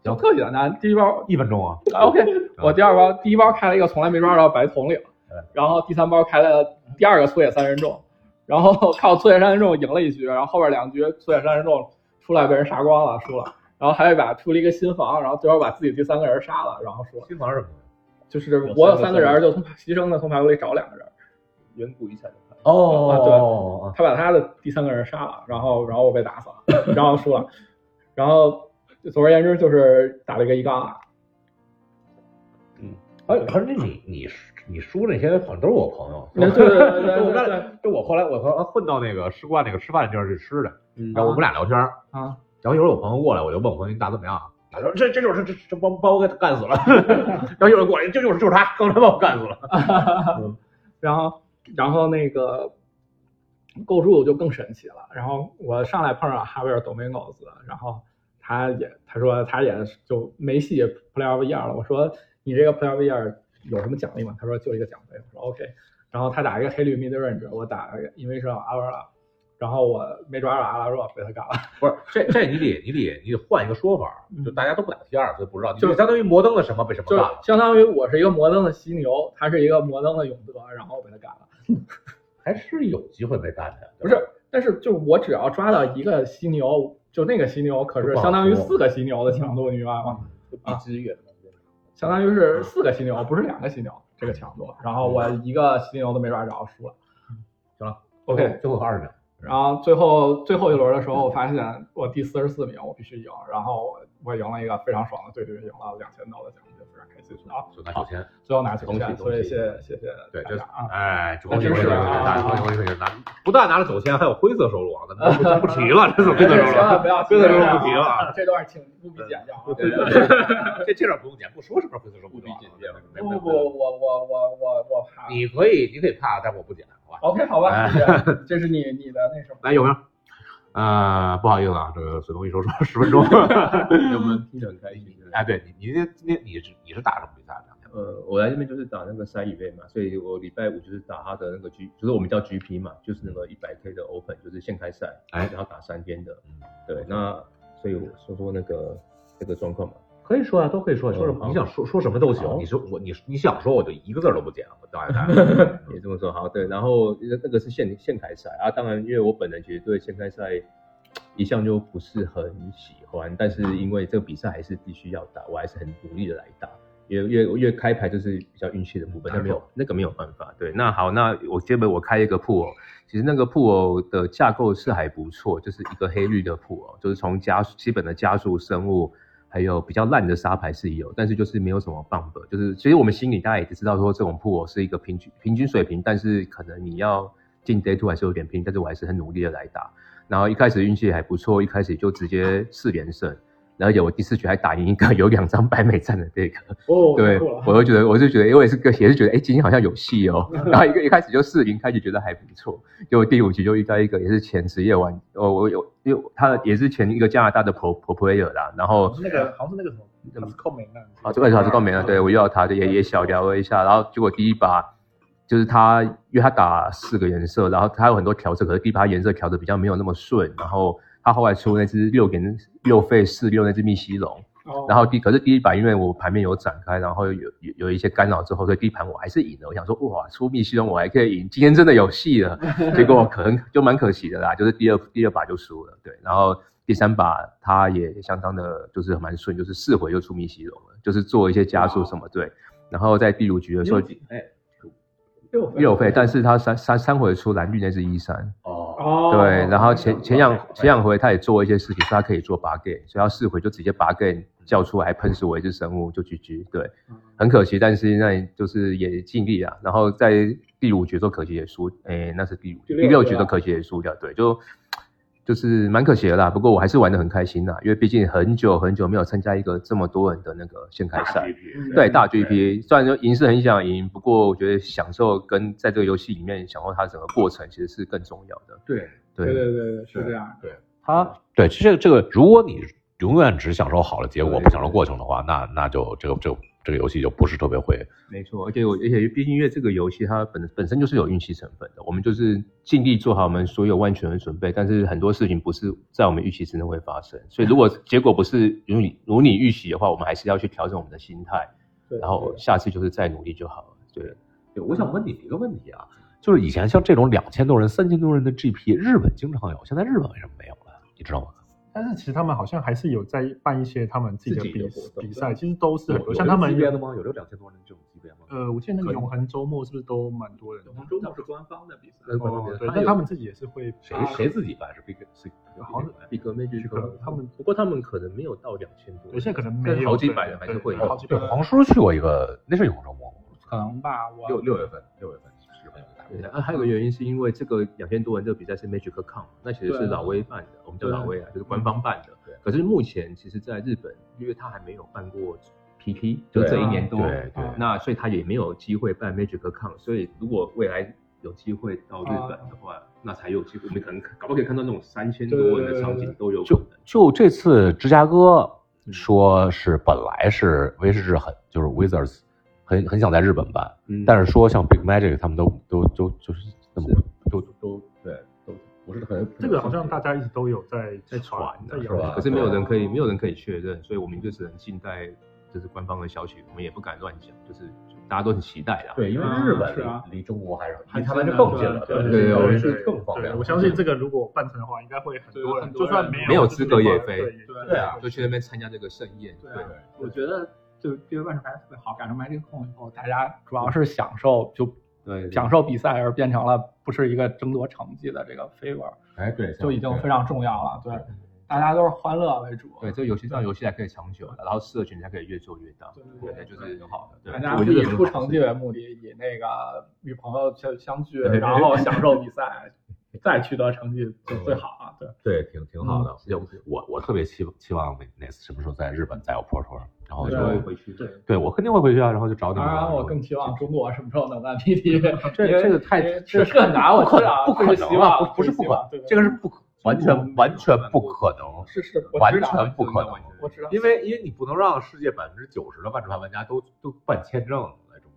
就特简单，第一包一分钟啊。啊哎 OK，我 第二包第一包开了一个从来没抓到白铜岭嗯，然后第三包开了第二个粗野三人众，然后 靠粗野三人众赢了一局，然后后边两局粗野三人众出来被人杀光了，输了。然后还有一把出了一个新房，然后最后把自己第三个人杀了，然后输了。新房是什么？就是我有三个人，就从牺牲的从排骨里找两个人，远古遗产的牌，哦啊对哦他把他的第三个人杀了，然后然后我被打死了，然后输了，然后总而言之就是打了一个一杠二。哦，哎，可是你你你输那些好像都是我朋友。 对对对 就我们对对俩，就我后来我后来混到那个吃惯那个吃饭的地儿去吃的，嗯然后我们俩聊天儿，啊！然后一会儿我朋友过来，我就问我朋友你打怎么样啊？他说这这就是这这把把我给干死了。 然后一会儿过来，这就是就是他，刚才把我干死了。然后然后那个构筑就更神奇了。然后我上来碰上哈维尔·多梅诺斯，然后他也他说他也就没戏 player VR 了。我说你这个 player VR 有什么奖励吗？他说就一个奖杯。我说 OK。然后他打一个黑绿 mid range，我打了一个因为是阿瓦拉，然后我没抓着阿拉若被他干了。不是，这这你得你得你得换一个说法儿，就大家都不打 T 二，所以不知道，嗯就是就相当于摩登的什么被什么就干是了。相当于我是一个摩登的犀牛，他是一个摩登的勇德，然后我被他干了。还是有机会被干的。不是，但是就我只要抓到一个犀牛，就那个犀牛可是不好相当于说四个犀牛的强度，你明白吗？就比之远嘛。相当于是四个犀牛，不是两个犀牛，这个强度。然后嗯我一个犀牛都没抓着，输了。行了，OK。最后二十秒，然后最后最后一轮的时候，我发现我第四十四名，我必须赢。然后我我赢了一个非常爽的对决，赢了两千刀的奖金，非常开心啊！就拿九千，最后拿九千，恭所喜以恭喜谢谢谢谢对，大就家啊！哎，恭喜那恭真喜是恭喜！啊大家恭喜恭喜！拿不但拿了九千，还有灰色收入啊，咱们就不提了， 这怎么灰千色收入啊万了？不要灰色收入不不提了啊！这段请务必剪掉啊。这这段不用剪，不说什么灰色收入，不不必剪没不没不不，我我我我我怕。你可以你可以怕，但我不剪，好吧？ OK，好吧哎，谢谢这是你你的那什么。 来，有没有？呃，不好意思啊，这个水东一说说十分钟。 我们听得很开心。哎，对你，你今天你是你是打什么比赛？啊两天呃，我来这边就是打那个三乙类嘛，所以我礼拜五就是打他的那个 G，就是我们叫 GP 嘛，就是那个一百 K 的 Open，就是现开赛，哎然后打三天的嗯。对，那所以我说说那个这个状况嘛。可以说啊，都可以说，说什么嗯你想说说什么都行好。啊你说我你你想说我就一个字儿都不剪，我答应 大家。也这么说好，对，然后那那个是现现开赛啊，当然因为我本人其实对现开赛一向就不是很喜欢，但是因为这个比赛还是必须要打，我还是很努力的来打，因为因为因为开牌就是比较运气的部分，那没有那个没有办法，对，那好，那我这边我开一个铺哦，其实那个铺偶的架构是还不错，就是一个黑绿的铺偶，就是从加速基本的加速生物，还有比较烂的沙牌是有，但是就是没有什么 bump，就是其实我们心里大家也知道说这种铺偶哦是一个平均平均水平，但是可能你要进 day two 还是有点拼，但是我还是很努力的来打。然后一开始运气还不错，一开始就直接四连胜，然后有我第四局还打赢一个 有两张百美战的这个，哦对，我就觉得，我就觉得，因为我也是个，也是觉得，哎，今天好像有戏哦。然后一个一开始就四零，开始觉得还不错，结果第五局就遇到一个也是前职业玩，哦，我有，因为他也是前一个加拿大的 pro pro player 啦，然后是那个好像是那个什么，他是扣名的。啊，这个小时都没了，对我遇到他就也也小聊了一下，然后结果第一把就是他，因为他打四个颜色，然后他有很多调色，可是第一把颜色调的比较没有那么顺，然后他后来出那只六点六费四六那只密西龙，哦然后第可是第一盘因为我盘面有展开，然后有有有一些干扰之后，所以第一盘我还是赢了。我想说哇，出密西龙我还可以赢，今天真的有戏了。结果可能就蛮可惜的啦，就是第二第二把就输了，对。然后第三把他也相当的，就是蛮顺，就是四回就出密西龙了，就是做一些加速什么对。然后在第五局的时候，哎六又有费，但是他三三三回出蓝绿那是一三，哦对，然后前前两前两回他也做一些事情，所以他可以做八 g a 所以他四回就直接八 g a 叫出来，喷死我一只生物就 GG，对，嗯很可惜，但是那也就是也尽力了。然后在第五局的时候可惜也输，诶，那是第五第局，六第六局对吧的可惜也输掉，对，就就是蛮可惜的啦。不过我还是玩的很开心啦，因为毕竟很久很久没有参加一个这么多人的那个现开赛，嗯对大 GP，虽然说赢是很想赢，不过我觉得享受跟在这个游戏里面享受它整个过程其实是更重要的。对对对对对，是这样。他对，这个这个，如果你永远只享受好的结果，不享受过程的话，那那就这个这个这个游戏就不是特别会。没错，而且我而且毕竟因为这个游戏它本本身就是有运气成分的，我们就是尽力做好我们所有万全的准备，但是很多事情不是在我们预期之内会发生，所以如 果结果不是如你如你预期的话，我们还是要去调整我们的心态，对然后下次就是再努力就好了。对，对，我想问你一个问题啊，就是以前像这种两千多人、三千多人的 GP，日本经常有，现在日本为什么没有了？你知道吗？但是其实他们好像还是有在办一些他们自己的自己比的活动比赛，其实都是很有多，像他们级别的吗？有这两千多人这种级别吗？呃，我记得那个永恒周末是不是都蛮多人的？们周末是官方的比赛那哦，对，有但他们自己也是会呃谁谁自己办是 Big 是好像比格妹就是可能他们不过他们可能没有到两千多，有些可能没有但是好几百人还是会对对有好几百对人黄叔去过一个，那是永州吗？可能吧，我六六月份，六月份日本有个大对，啊，还有个原因是因为这个两千多人这个比赛是 Magic Com，那其实是老威办的，我们叫老威啊，就是官方办的。对可是目前其实在日本，因为他还没有办过 PT，就对这一年多，啊对对那所以他也没有机会办 Magic Com，所以如果未来有机会到日本的话，那才有机会。我们可能搞不好可以看到那种三千多人的场景都有可就能。就这次芝加哥说是本来是威士忌很就是 Wizards 很很想在日本办，嗯但是说像 Big Magic 他们都都都就是那么都都对都不是很这个好像大家一直都有在在传在的是谣吧传？啊可是没有人可以，没有人可以确认，所以我们就只能静待就是官方的消息，我们也不敢乱讲，就是大家都很期待啦。对，因为嗯日本是啊离离中国还是还离台湾就真的更近了，对吧对对我们对是更方便了。对，我相信这个如果办成的话，应该会很多对人，很多就算人没有没有资格也对飞对对啊就去那边参加这个盛宴。对啊，我觉得就这个万圣牌特别好，赶上麦这个空以后，大家主要是享受就对，享受比赛，而变成了不是一个争夺成绩的这个 favor，哎对，就已经非常重要了。对，大家都是欢乐为主。对，这个游戏这样游戏才可以长久，然后社群才可以越做越大，对对对对，对就是很好的。对，大家我觉以得很好出成绩为目的，以那个与朋友相相聚，对然后享受比 赛，再取得成绩就最好了。对，对，挺挺好嗯的。就我我特别期期望哪哪次什么时候在日本再有破头，然后就对回去。对对我肯定会回去啊，然后就找你当们啊。然我更期望中国什么时候能 在 PT，这因为这个太因为这这是很难，我知道不可这能是啊希望，不是这不希可能望，对对这个是不可完全完全不可能，是是，我完知道全不可能。我知道，因为因为你不能让世界百分之九十的万智牌玩家都都办签证来中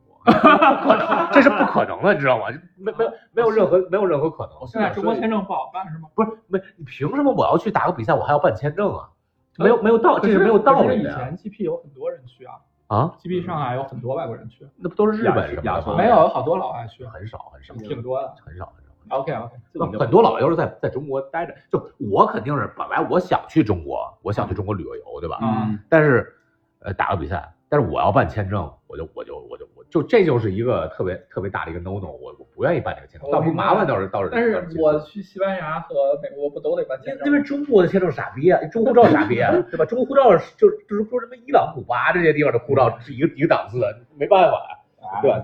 国，啊这是不可能的，你知道吗？就没没有没有任何没有任何可能。现在中国签证不好办是吗？不是没你凭什么我要去打个比赛，我还要办签证啊？没有没有道，这是没有道呃可是理以的呀前 GP 有很多人去啊啊！ ，GP 上海有很多外国人去，那不都是日本什么亚的洲吗？没有，有好多老外去，很少很少，挺多的。很少很少。 OK OK，很多老外都是在在中国待着，就我肯定是本来我想去中国，我想去中国旅个游，对吧？嗯，但是呃打个比赛，但是我要办签证，我就我就我就我就这就是一个特别特别大的一个 no no，我我不愿意办这个签证，我倒不明白麻烦倒是倒是。但倒是是接受我去西班牙和美国不都得办签因证因吗？为中国的签证傻逼啊，中国护照傻逼啊，对吧？中国护照是就就是说什么伊朗、古巴这些地方的护照是一个一个档次的，没办法，啊对吧？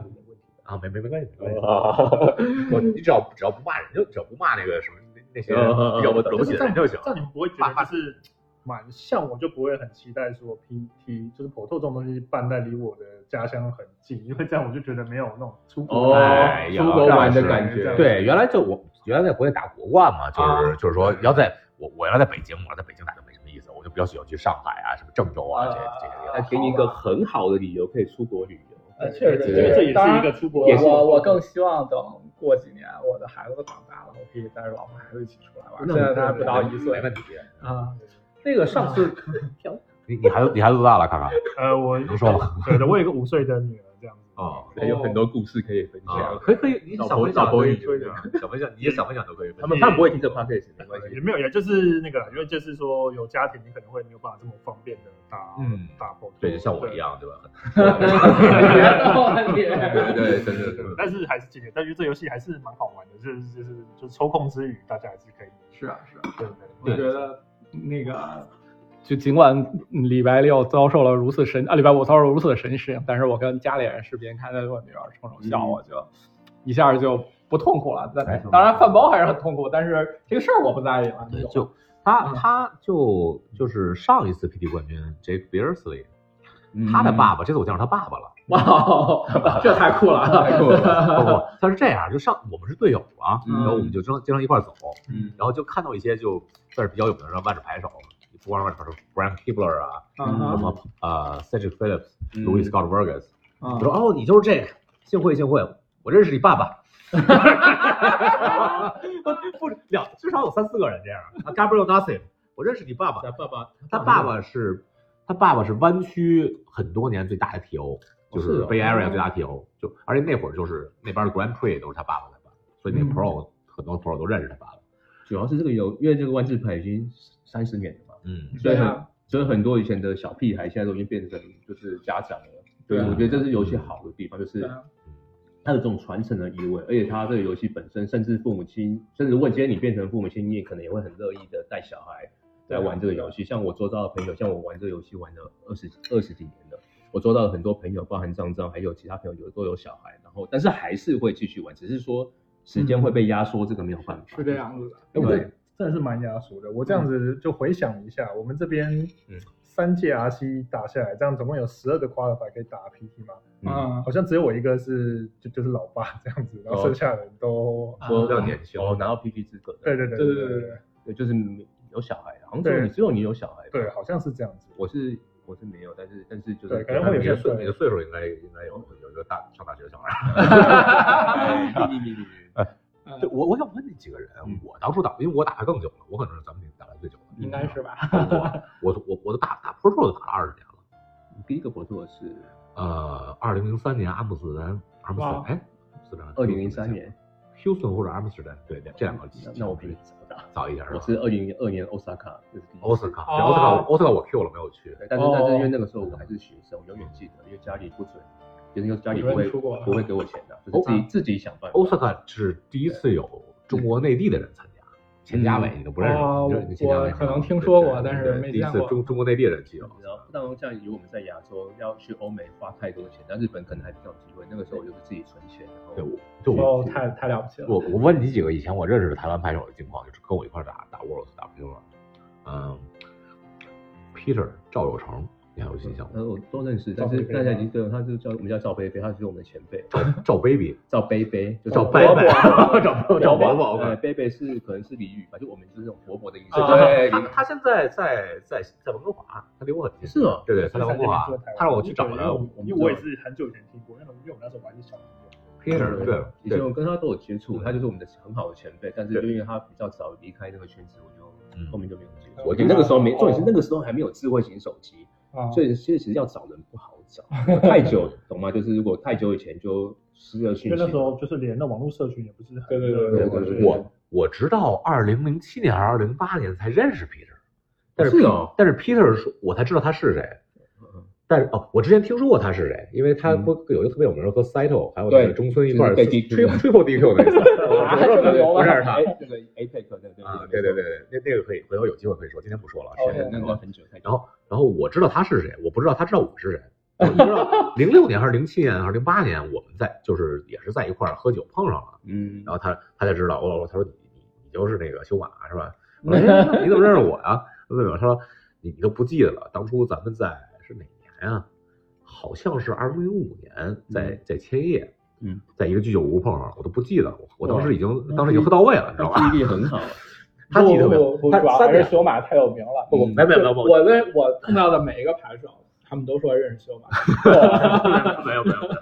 啊，没没没关系，没关系。嗯我你只要只要不骂人就只要不骂那个什么那那些比较柔就情是这人样就行。这样你们不会觉得就是蛮像，我就不会很期待说 PT 就是口头这种东西办在离我的家乡很近，因为这样我就觉得没有那种出国哦哎呀出国玩的感觉，对，原来就我原来在国内打国冠嘛，就是、啊就是说要在我我原来在北京，我在北京打就没什么意思，我就比较喜欢去上海啊，什么郑州啊这这些地他方。给你一个很好的理由可以出国旅游。呃确实，对这个这也当是一然个出国，我我我更希望等过几年我的孩子都长大了，我可以带着老婆孩子一起出来玩。现在他还不到一岁没问题。啊，那个上 次，你你孩子你孩子多大了？看看呃我能说 吗？对的，我有一个五岁的女儿这样子。哦对有很多故事可以分享。可以可以，你老想婆分享老婆可以也分享，想分享你想分享都可以分享。他们他们不会听这 podcast，没关也系。没有，也就是那个啦，因为就是说有家庭，你可能会没有办法这么方便的打、嗯打破。对，就像我一样，对吧？ 对对，真的真的。但是还是今年，但是这游戏还是蛮好玩的，就是就是就抽空之余，大家还是可以。是啊是啊，对对我觉得那个。就尽管礼拜六遭受了如此神啊，礼拜五遭受了如此的神事，但是我跟家里人视频看见我女儿冲冲笑，我就一下就不痛苦了。但哎当然饭包还是很痛苦，但是这个事儿我不在意了。对，你懂就他嗯他就就是上一次 PT 冠军 Jake Beersley，他嗯嗯的爸爸，这次我见着他爸爸了。哇哦，这太酷了！太酷了 不不，他是这样，就上我们是队友啊，嗯然后我们就经常经常一块儿走，嗯然后就看到一些就算是比较有名的万智牌手，不光是万智牌手，Brian Kibler 啊，什嗯么呃 Cedric Phillips、嗯 Louis Scott Vargas，嗯我说哦，你就是这个，幸会幸会，我认识你爸爸。 不两至少有三四个人这样啊，Gabriel Nassim，我认识你爸爸，他爸爸，他爸爸是，他爸爸是湾区很多年最大的 TO，就是是啊 Bay Area 最大 TO，就而且那会儿就是那边的 Grand Prix 都是他爸爸在办，所以那嗯 Pro、很多 Pro 都认识他爸爸。主要是这个有，因为这个万智牌已经三十年了嘛，嗯，所以对很啊所以很多以前的小屁孩现在都已经变成就是家长了。对，对啊我觉得这是游戏好的地方，就是对啊它有这种传承的意味，而且它这个游戏本身，甚至父母亲，甚至如果今天你变成父母亲，你也可能也会很乐意的带小孩来玩这个游戏。像我周遭的朋友，像我玩这个游戏玩了二十二十几年了，我周遭的很多朋友，包含张张，还有其他朋友有都有小孩，然后但是还是会继续玩，只是说时间会被压缩，这个没有办法。嗯是这。样子的。哎，我对这真的是蛮压缩的。我这样子就回想一下，我们这边三届 RC 打下来，这样总共有十二个 qualify 可以打 PT 嘛，嗯好像只有我一个是就就是老八这样子，然后剩下的人都、啊我比较年轻我拿到 PT 资格的，对对对对对对对对对对哦对，就是没有小孩，好像只有对你只有你有小孩。对，好啊像是这样子。我是我是没有，但是但是就是对可能会有你些的岁你的岁数应该应该有有一个大上大学的小孩。 你你你 你嗯对，我我想问那几个人嗯，我当初打，因为我打的更久了，我可能是咱们这打的最久的，应该是吧？嗯我我我我都打打 Pro 都打了二十年了。你 第一个博做的是呃，二零零三年阿姆斯特丹，阿姆斯特丹哇哎，阿姆斯特丹二零零三，年， Houston 或者 Amsterdam，对对，这两个那我比你早到，早一点是吧我？是二零二年 Osaka，这是第一次奥斯卡，奥斯卡，奥斯卡我 Q 了没有去？对，但是但是因为那个时候哦我还是学生，我永远记得，因为家里不准，就是因为家里不不准会你出国了不会给我钱的，哦就是自啊己自己想办法。欧斯卡是第一次有中国内地的人参加，钱家伟你都不认识，哦你就你钱家伟我可能听说过对但是对没第一见次过中中国内地人去了。然后，当然，像如果我们在亚洲要去欧美花太多钱，但日本可能还比较有机会。那个时候我就是自己存钱，然后对，我就我哦，太太了不起了。我我问你几个以前我认识的台湾拍手的近况，就是跟我一块儿打打 World 打 P 了，嗯，Peter 赵有成，你还有印象吗？嗯呃，我都认识，但是大家已经对他就叫我们叫赵贝贝，他就是我们的前辈，赵 Baby，赵贝贝，就是赵我贝贝， 伯赵伯伯，呃，贝贝是可能是俚语吧，就我们就是那种伯伯的意思。啊对，对，他他现在在在在温哥华，他离我很近。是哦对对，他在温哥华，他让我去找的。因为我也是很久以前听过，因为因为我那时候我还是小朋友， Peter，对嗯以前对我跟他都有接触，他就是我们的很好的前辈，但是就因为他比较早离开那个圈子，我嗯就后面就没有接触。我我觉觉得得那那个个时时候候没没，哦重重点点是是那那个时候还没有智慧型手机，哦啊所以其实要找人不好找，太久懂吗？就是如果太久以前就失了因讯为息那时，候就是连那网络社群也不是很对对对对对对对我我直到二零零七年还是二零零八年才认识 Peter，但是是哦但是 Peter 说我才知道他是谁。嗯但是哦，我之前听说过他是谁，因为他不有一个特别有名的和 Saito 还有那个中村一块儿就是被 DQ 吹吹破 DQ 那次，啊我这么牛吗我认识他哎那个 APEC 对对啊，对对对，对，那那个可以回头有机会可以说，今天不说了。没错是对哦那个要很久太久。然后，然后我知道他是谁，我不知道他知道我是谁。我知道零六年还是零七年还是零八年，我们在就是也是在一块儿喝酒碰上了，嗯，然后他他才知道，我、哦、他说你你你就是那个修马是吧？我说、哎、你怎么认识我呀、我怎么他说你你都不记得了，当初咱们在是哪年啊？好像是二零零五嗯年在在千叶，嗯，在一个居酒屋碰上了，我都不记得了，我我哦当时已经哇当时已经喝到位了，你知道吧？他记忆力很好， 他记得特别好不不不，他主要三还是点修马太有名嗯了。不，没有没有没有，没有我的我碰到的每一个牌手，他们都说认识修马。 没有没有没有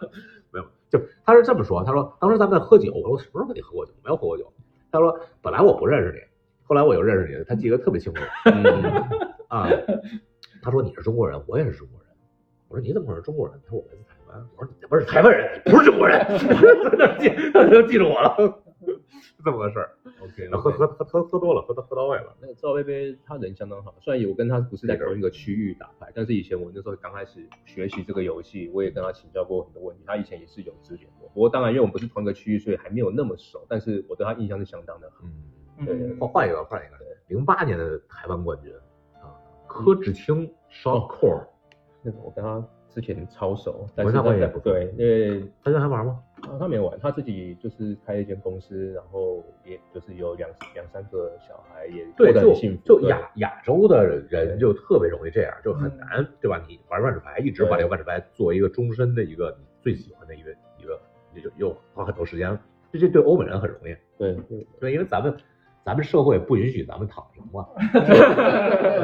没有，就他是这么说，他说当时咱们在喝酒，我说我什么时候跟你喝过酒？没有喝过酒。他说本来我不认识你，后来我又认识你，他记得特别清楚。 啊，他说你是中国人，我也是中国人。我说你怎么会是中国人？他说我来自台湾。我说你他妈是台湾人，你不是中国人。 他记他就记住我了，是这么个事儿。 OK，喝喝喝喝喝多了，喝到喝到位了。那个赵薇薇她人相当好，虽然我跟她不是在同一个区域打牌，但是以前我那时候刚开始学习这个游戏，我也跟她请教过很多问题。她以前也是有指点过，不过当然因为我们不是同一个区域，所以还没有那么熟，但是我对她印象是相当的好。嗯，嗯，换换一个，换一个。零八年的台湾冠军啊，柯志清 shot core，那个我跟她之前超熟，但文是山会她也在不错对，因为他现在还玩吗？啊她没玩，她自己就是开一间公司，然后也就是有两两三个小孩，也对，过得就很幸福。就对亚亚洲的人对就特别容易这样，就很嗯难，对吧？你玩万智牌，一直把这个万智牌作为一个终身的一个你最喜欢的一个一个，你就又花很多时间，这这对欧美人很容易，对，对，因为咱们咱们社会不允许咱们躺平 嘛，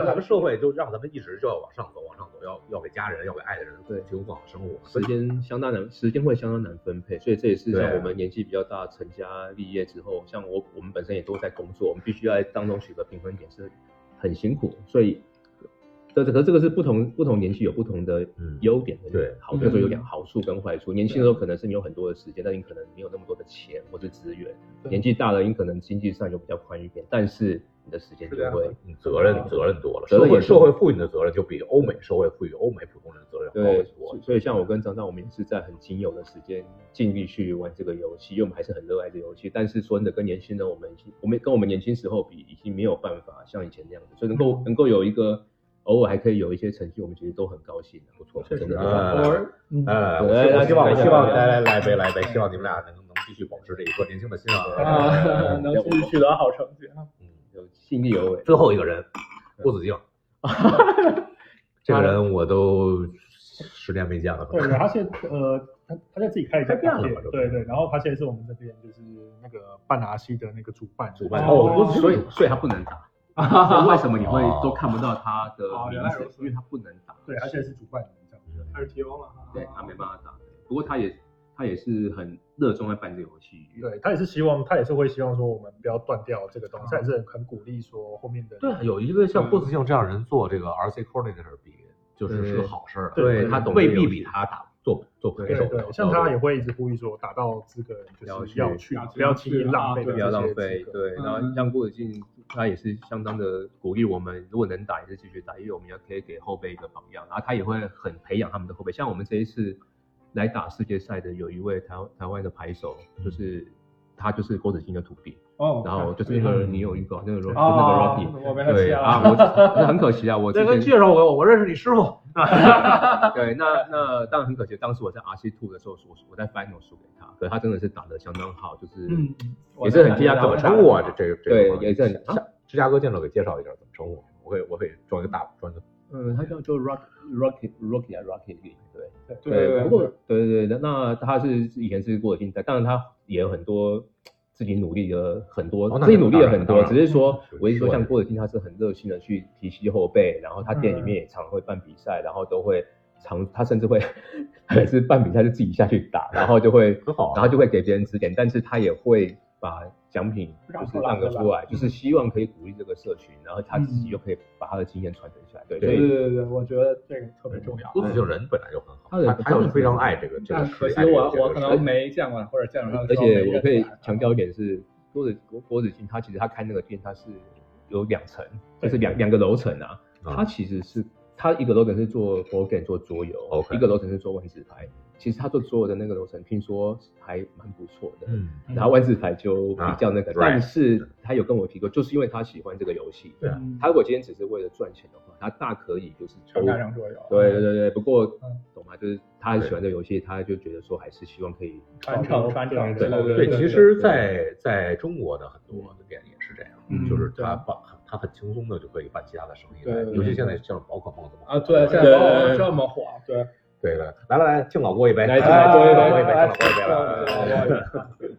咱们社会就让咱们一直就要往上走，往上走，要要给家人，要给爱的人对提供更好的生活，时间相当难，时间会相当难分配，所以这也是对像我们年纪比较大、成家立业之后，像我我们本身也都在工作，我们必须在当中取得平衡点，是很辛苦。所以，这这个这个是不同不同年纪有不同的嗯优点跟对好，就是有点好处跟坏处。年轻的时候可能是你有很多的时间，但你可能没有那么多的钱或是资源。对年纪大了，你可能经济上就比较宽裕一点，但是你的时间就会你嗯责任责任多了，责社任会也社会赋予你的责任就比欧美社会赋予欧美普通人的责任高对很，多所，所以像我跟张张，我们也是在很仅有的时间尽力去玩这个游戏，因为我们还是很热爱这个游戏。但是说真的，跟年轻人我们已经，我们跟我们年轻时候比，已经没有办法像以前那样子。所以能够能够有一个偶尔还可以有一些成绩，我们其实都很高兴，不错，真的。啊偶尔，嗯呃，对我希望我希望我希望来来来来来杯来杯，希望你们俩能能继续保持这一颗年轻的心啊！啊，能继续取得好成绩啊。嗯有尽力而为， 最后一个人，郭子敬，这个人我都十年没见了，可对能对，他现在呃，他他在自己开了一家开店咖啡了嘛这不是对对，然后他现在是我们这边就是那个半拿西的那个主办，主办哦哦，所以所以他不能 打。所以为什么你会都看不到他的哦名原来如字？此因为他不能打。对，他现在是主办人这样。他是提翁了啊，对他没办法打。不过他也他也是很热衷在办这个游戏。对他也是希望，他也是会希望说我们不要断掉这个东西，他也是很很鼓励说后面的对，有一个像郭子敬这样人做这个 RC coordinator 比，就是是个好事儿啊，对他懂未这个必游比他打做做对拍手对劳对，像他也会一直呼吁说，打到资格人就是要去，不要轻易浪费，不要浪费，。对。然后像郭子敬，他也是相当的鼓励我们，如果能打也是继续打，因为我们要可以给后辈一个榜样。然后他也会很培养他们的后辈，像我们这一次来打世界赛的有一位台台湾的牌手，就是他就是郭子敬的徒弟，哦，然后就是那个你有预告那个 Rocky 啊，那个 Rocky。我没看对见啊，我很可惜啊， 我之那个前介绍我，我认识你师傅。对，那那当然很可惜，当时我在 RC Two 的时候，我我在 Final 输给他，可是他真的是打得相当好，就是、嗯，也是很替他高兴称呼啊？这这这对个也是很啊下芝加哥见了给介绍一下怎么称呼，我会我会装一个大装一个嗯，他叫做 Rock Rocky Rocky 啊 Rocky Lee，对对对不过对对对，那他是以前是过竞赛，当然他也有很多自己努力的很多，哦那自己努力了很当多，然只是说嗯我一直说像郭德金，他是很热心的去提携后辈，然后他店嗯里面也常会办比赛，然后都会常他甚至会还是办比赛是自己下去打，然后就会很好啊然后就会给别人指点，但是他也会把奖品让就是出来让个对吧出来，嗯就是希望可以鼓励这个社群，然后他自己又可以把他的经验传承下来，对，所对以对对对，我觉得这个特别重要。郭子敬人本来就很好，他人他他嗯就是非常爱这个这个但事可业。惜爱这个我这个我可事能业没见过他，或者见着他的啊而时候没认且出来，我可以强调一点是，郭子郭郭子敬他其实他开那个店，他是有两层，就是两两个楼层啊。啊他其实是他一个楼层是做 b o g a m 做桌游 OK 一个楼层是做万字牌。其实他做桌游的那个楼层，听说还蛮不错的。嗯，然后万字牌就比较那个，啊但是他有跟我提过，就是因为他喜欢这个游戏，对嗯啊他如果今天只是为了赚钱的话，他大可以就是全都干上桌游。啊对对对对，不过嗯懂吗？就是他很喜欢这个游戏，他就觉得说还是希望可以传承传承，对对对，对，其实在，在中国的很多的店也是这样，嗯就是他办他很轻松的就可以办其他的生意对了对，对尤其现在像宝可梦这么啊，对，现在对包括这么火，对，对对，来来来，敬老郭一杯，来来敬老郭郭一杯一杯，敬老郭一杯，来哎来来来来，对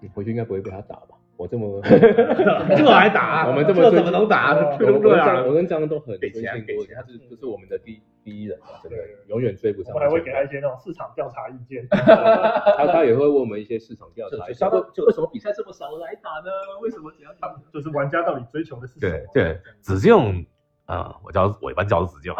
你回去应该不会被他打吧？我 这么， 这还打？我们这么这怎么能打？吹成这样我了跟张都很给尊钱敬给过，钱他是就是我们的第第一人啊，真的对对永远追不上。我还会给他一些那种市场调查意见，他他也会问我们一些市场调查，就就就就为什么比赛这么少人来打呢？为什么只要打？就是玩家到底追求的是什么对？对，子敬，呃，我叫我一般叫子敬，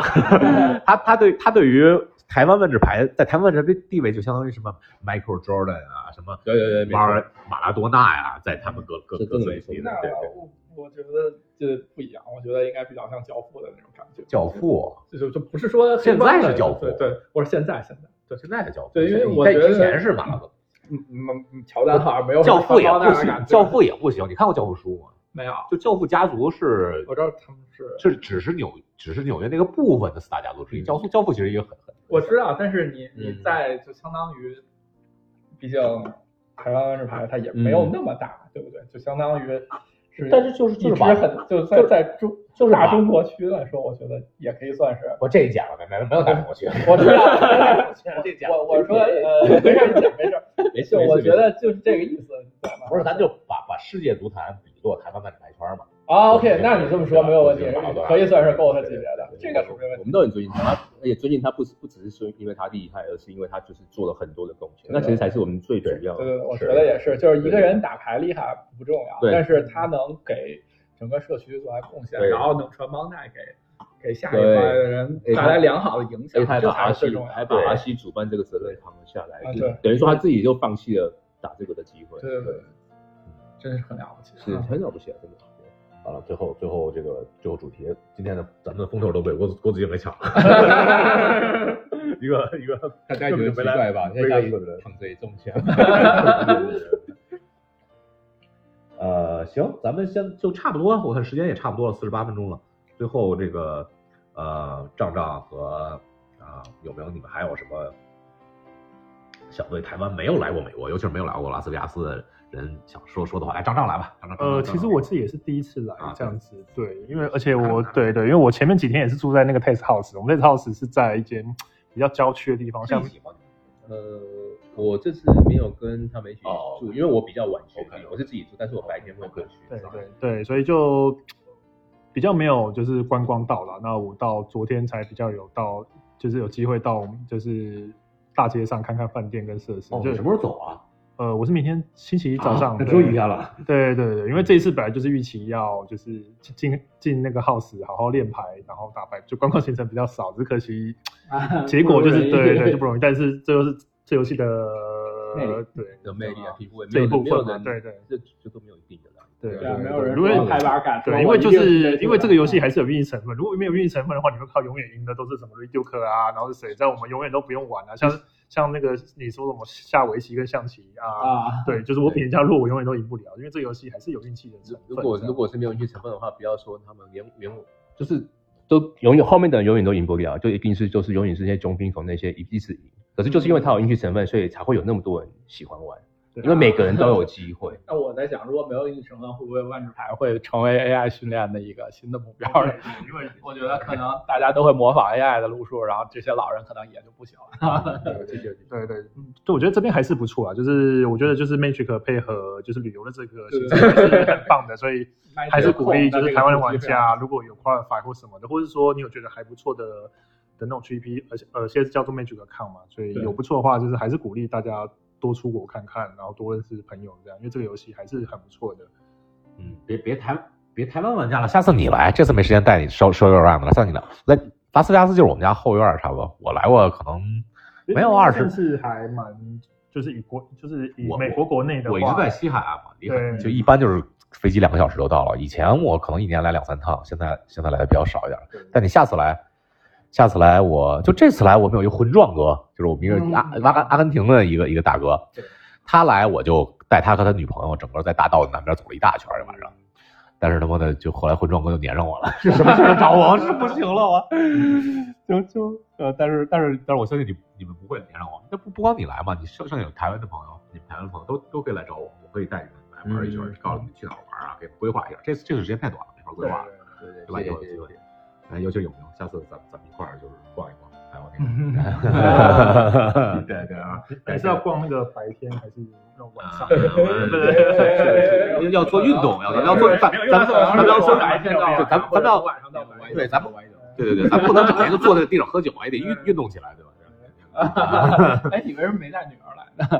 他他对他对于台湾万智牌在台湾万智牌地位就相当于什么 Michael Jordan 啊，什么对对对，没马错，尔马拉多纳呀，在他们各各这各真的自没己错的对对。我我觉得这不一样，我觉得应该比较像教父的那种感觉，教父，就就就不是说现在是教父对对，我说现在现在，对，现在的教父，对因为我在觉得之前是马拉多嗯嗯嗯，乔丹好像没有纳，教父也那不样的感行，觉，教父也不行。你看过教父书吗？没有，就教父家族是我知道他们是，是只是纽只是纽约那个部分的四大家族之一。教父教父其实也很很，我知道，但是你你嗯在就相当于，毕竟台湾万智牌它也嗯没有那么大，对不对？就相当于是，但是就是一就是支把很就在就是在中就是大把中国区来说，我觉得也可以算是。我这一讲了没没没有打过去，我知道，这讲我我说呃，没事，你讲没事，没事就没事我觉得就是这个意思，你知道吗？不是，咱就把把世界足坛比作台湾万智牌圈嘛。啊，OK，那你这么说没有问题对吧，可以算是够他级别的，这个是没问我题。们都很尊敬他，而且尊敬他不是不只是说因为他厉害，而是因为他就是做了很多的贡献，那其实才是我们最主要对的。对，对我觉得也是，就是一个人打牌厉害不重要，对但是他能给整个社区做来贡献，对然后能传帮带给给下一代对的人哎带他来良好的影所以他，还响这把才阿是最西重要还的。把阿西主办这个责任扛了下来，啊就对等于说他自己就放弃了打这个的机会。对对对，真是很了不起。是很了不起啊，真的。好了，最后最后这个最后主题，今天的咱们的风头都被郭子郭子敬给抢了， 一个一个大家觉得奇怪吧？没现来没来在一躺着也中枪。呃，行，咱们先就差不多，我看时间也差不多了，四十八分钟了。最后这个呃，仗仗和啊、有没有你们还有什么想对台湾没有来过美国，尤其是没有来过拉斯维加斯的人想说说的话？来，仗仗来吧，仗仗。呃，其实我是自己也是第一次来啊这样子，对，因为而且我对对，因为我前面几天也是住在那个 test house，我们 test house 是在一间比较郊区的地方，像喜欢 呃，我这次没有跟他们一起哦住，因为我比较晚去 OK，我是自己住，但是我白天会过去。对对对，所以就比较没有就是观光到啦。那我到昨天才比较有到，就是有机会到就是大街上看看饭店跟设施。哦，就你什么时候走啊？啊呃，我是明天星期一早上，那对只有一天了。对对对，因为这一次本来就是预期要就是进进那个 house 好好练牌，然后打牌，就观光行程比较少，只可惜啊结果就是不容易对对就不 容易，但是这就是这游戏的魅力对的魅力啊，皮肤也这没一有部没有分嘛，人对对这这都没有一定的啦。对对啊，没有人如果拍板敢说对，因为我就一定是因为这个游戏还还是有运气成分，如果没有运气成分的话，你会靠永远赢的都是什么 Reduke 啊，然后是谁，在我们永远都不用玩 啊，像像那个你说什么下围棋跟象棋啊，啊，对，就是我比人家弱，我永远都赢不了，因为这个游戏还是有运气的成如分。如果如果是没有运气成分的话，不要说他们连连就是都永远后面的人永远都赢不了，就一定是就是永远是那些中兵孔那些一一直赢。可是就是因为他有运气成分，所以才会有那么多人喜欢玩，对啊因为每个人都有机会。那我在想，如果没有运气成分，会不会万智牌会成为 AI 训练的一个新的目标呢？因为 我觉得可能 大家都会模仿 AI 的路数，然后这些老人可能也就不行了。对对，嗯就我觉得这边还是不错啊，就是我觉得就是 Magic 配合就是旅游的这个行程还是很棒的，所以还是鼓励就是台湾的玩家，如果有 qualify 或什么的，或者说你有觉得还不错的的那种 GP，而且呃现在叫做 Magic Account 嘛，所以对有不错的话，就是还是鼓励大家多出国看看，然后多认识朋友这样，因为这个游戏还是很不错的。嗯，别别台别台湾玩家了，下次你来，这次没时间带你收收 Ram 了，下次你来。来拉斯维加斯就是我们家后院儿，差不多。我来过可能没有20算是还蛮就是以国就是以我美国国内的话，我一直在西海岸嘛，离很对就一般就是飞机两个小时就到了。以前我可能一年来两三趟，现在现在来的比较少一点。但你下次来，下次来我就这次来，我们有一个魂壮哥，就是我们一个嗯阿阿根阿根廷的一个一个大哥，他来我就带他和他女朋友整个在大道南边走了一大圈儿，晚上。但是他妈的，就后来混壮哥就粘上我了，就什么事儿都找我，是不行了，我就就呃，但是但是但是我相信你你们不会粘上我，那不不光你来嘛，你剩剩下有台湾的朋友，你们台湾的朋友都都可以来找我，我可以带你们来玩一圈，告诉你们去哪儿玩啊，给你们规划一下。这次这次时间太短了，没法规划了。 对对吧？有机会，哎，尤其是有没有？下次咱们咱们一块儿就是逛一逛台 湾那个。对对啊，还是要逛那个白天还是那种晚上？要要做运动，要要做咱咱咱们要做白天对， 咱咱们要晚上到晚上，对咱们对对对，咱不能整天就坐在地上喝酒，也得运运动起来，对吧？ 哎，你为什么没带女儿来呢？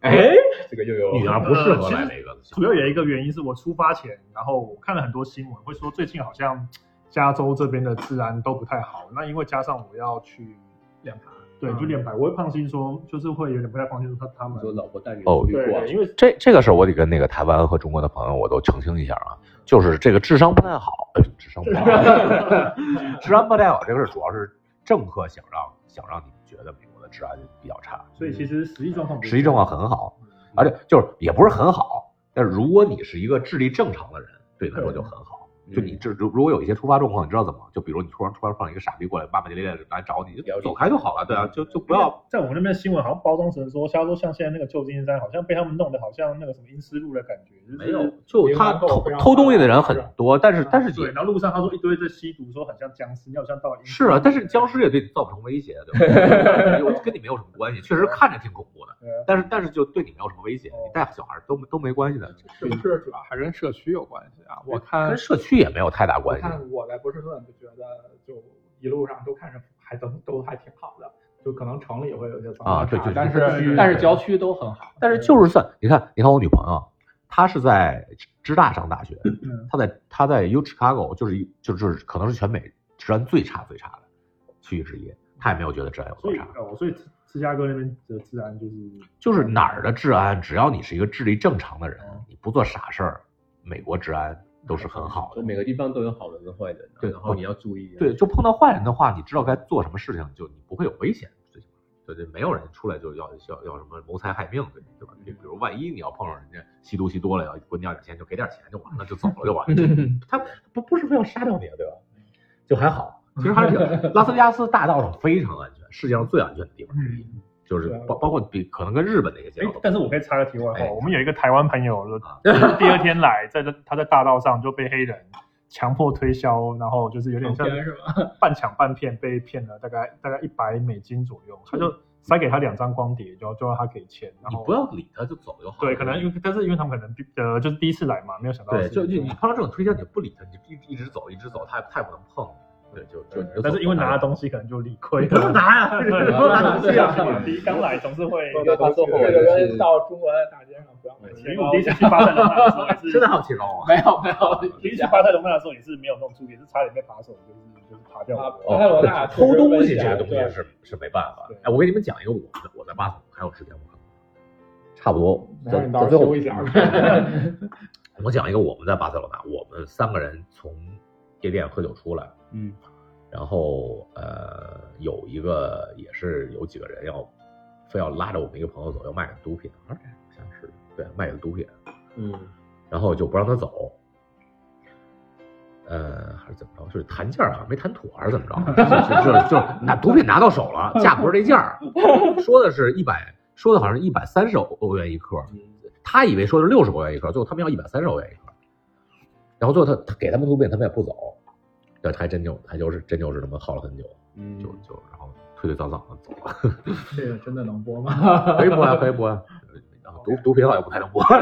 哎，这个又有女儿不适合来这个。主要有一个原因是我出发前，然后我看了很多新闻，会说最近好像加州这边的治安都不太好。那因为加上我要去练牌，对，就练牌，我会放心说，就是会有点不太放心说他他们说老婆带你哦出去对逛对，，因为这这个事儿我得跟那个台湾和中国的朋友我都澄清一下啊，就是这个智商不太好，呃智商不太 好，治安不太好这个事儿主要是政客想让想让你们觉得美国的治安比较差， 所以其实实际状况不是实际状况很好，而且就是也不是很好，但是如果你是一个智力正常的人，对你来说就很好。就你这如如果有一些突发状况，你知道怎么？就比如你突然突然放一个傻逼过来，骂骂咧咧的来找你，就走开就好了，对啊，就就不要在我们那边新闻好像包装成说，加州像现在那个旧金山，好像被他们弄得好像那个什么阴湿路的感觉，就是没有，就他明白偷偷东西的人很多，但是但是啊对，你然后路上他说一堆在吸毒，说很像僵尸，你好像到阴是啊，但是僵尸也对你造不成威胁，对吧？有跟你没有什么关系，确实看着挺恐怖的对，但是但是就对你没有什么威胁，你带小孩都都没关系的， 是不是主要还是跟社区有关系啊？我看跟社区也没有太大我关系。看我在波士顿就觉得，就一路上都看着还都都还挺好的，就可能城里会有一 些脏啊乱对差就，但是是但是郊区都很好。但是就是算你看，你看我女朋友，她是在芝大上大学，她在她在 U Chicago 就是一就就是可能是全美治安最差最差的区域之一，她也没有觉得治安有所多以差。哦，所以芝芝加哥那边的治安就是啊就是哪儿的治安，只要你是一个智力正常的人，你不做傻事儿，美国治安都是很好说的。每个地方都有好人跟坏人啊，对然后你要注意啊。对，就碰到坏人的话，你知道该做什么事情，就你不会有危险。最起码对对，没有人出来就要要要什么谋财害命，对对吧？就比如万一你要碰上人家吸毒吸多了，要滚你要点钱，就给点钱就完了，就走了就完了。 他不不是非要杀掉你啊，对吧？就还好，其实还是挺拉斯维加斯大道上非常安全，世界上最安全的地方之一，就是包包括比可能跟日本那个街哎道都，嗯但是我可以插个题外话，哎我们有一个台湾朋友，啊就是第二天来，在这他在大道上就被黑人强迫推销，然后就是有点像骗是 半抢半骗，被骗了大概大概一百美金左右，他就塞给他两张光碟，就就让他给钱，然你后不要理他就走就好了。对，可能因为但是因为他们可能第呃就是第一次来嘛，没有想到对，是就就你碰到这种推荐，你不理他，你就一一直走，一直走，他也他也不能碰你。对，就就你就但是因为拿的到东西可能就理亏了，不用 拿呀，对，不用拿东西啊，你刚来总是会。啊对他做后来这个就是跟到中国的大街上不要买嗯因为哦我第一次去巴塞隆纳的时候也是， 真的好奇哦。没有没有，第一次去巴塞隆纳的时候也是没有弄注意，是差点被扒手就是就是扒掉啊了。，巴塞哦罗那确实哦偷东危西险这个东西对是是没办法对。哎，我给你们讲一个我的我在巴塞还有时间吗？差不多，没事咱咱你到时最候后修一下。 我讲一个我们在巴塞罗那，我们三个人从夜店喝酒出来，嗯，然后呃有一个也是有几个人要非要拉着我们一个朋友走，要卖点毒品，好像是对卖点毒品，嗯，然后就不让他走。呃，还是怎么着？就是谈价啊，没谈妥还是怎么着？啊就是就是就是拿毒品拿到手了，价不是这价儿，说的是一百，说的好像是一百三十欧元一克，他以为说是六十欧元一克，最后他们要一百三十欧元一克，然后最后他他给他们毒品，他们也不走，对，他还真就他就是真就是他妈耗了很久，就就然后推推搡搡的走了，这个真的能播吗？可以播啊呀，可以播呀，然后毒毒品好像不太能 播，还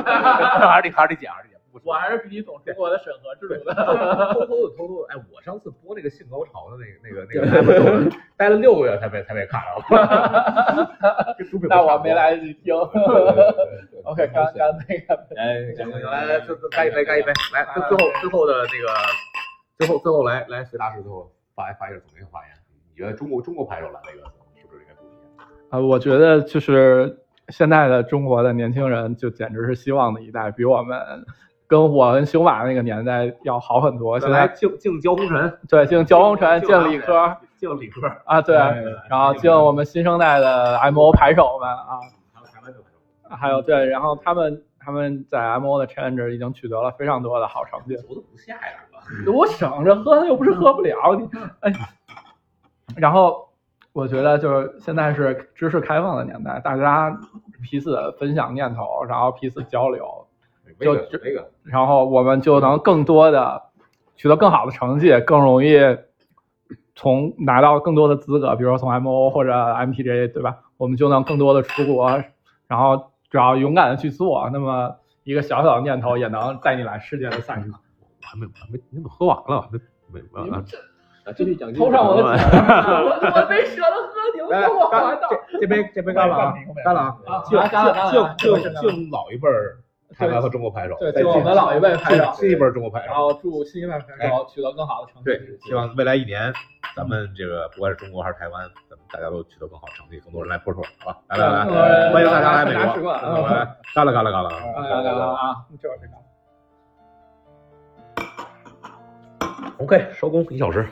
是得还是得讲，还是得讲不说我 还是比你懂中国的审核制度的。偷偷的偷偷的，哎，我上次播那个性高潮的那个那个那个 episode，待了六个月才被才被看上，跟毒品不那差不多我没。来得及 听。OK，刚刚那个哎，行行行，来来，这这干一杯，干一杯，来，最最后最后的那个，最后最后来来，隋大师最后发发一个总结性发言，你觉得中国中国牌手来那个是不是应该鼓励？啊，我觉得就是现在的中国的年轻人，就简直是希望的一代，比我们跟我跟熊马那个年代要好很多。现来在敬敬焦红尘，对，敬焦红尘，敬理科，敬理科，啊，对，哎然后敬我们新生代的 MO 牌手们啊，还有台湾的牌手，还有对，然后他们他们在 MO 的 Challenger 已经取得了非常多的好成绩。球都不下呀，我省着喝，又不是喝不了你。哎，然后我觉得就是现在是知识开放的年代，大家彼此分享念头，然后彼此交流，没个没个，然后我们就能更多的取得更好的成绩，更容易从拿到更多的资格，比如说从 MO 或者 MTJ，对吧？我们就能更多的出国，然后只要勇敢的去做，那么一个小小的念头也能带你来世界的赛场。我还没我还没你怎么喝完了？没啊没完。继续讲， 偷 上我的酒，我被蛇了喝牛来来我还干到。哎这这杯这杯干了啊！干了啊！啊，敬干了干了，敬敬敬老一辈儿台湾和中国拍手，对，再对，敬我们老一辈拍照，新一辈儿中国拍然手。后祝新一代拍照取得更好的成绩。对，希望未来一年，咱们这个不管是中国还是台湾，咱们大家都取得更好成绩，更多人来泼水，好吧？来来呃来，欢迎大家来美国，嗯来干了干了干了！啊，来来来啊，这会儿这个。啊 OK，收工一小时。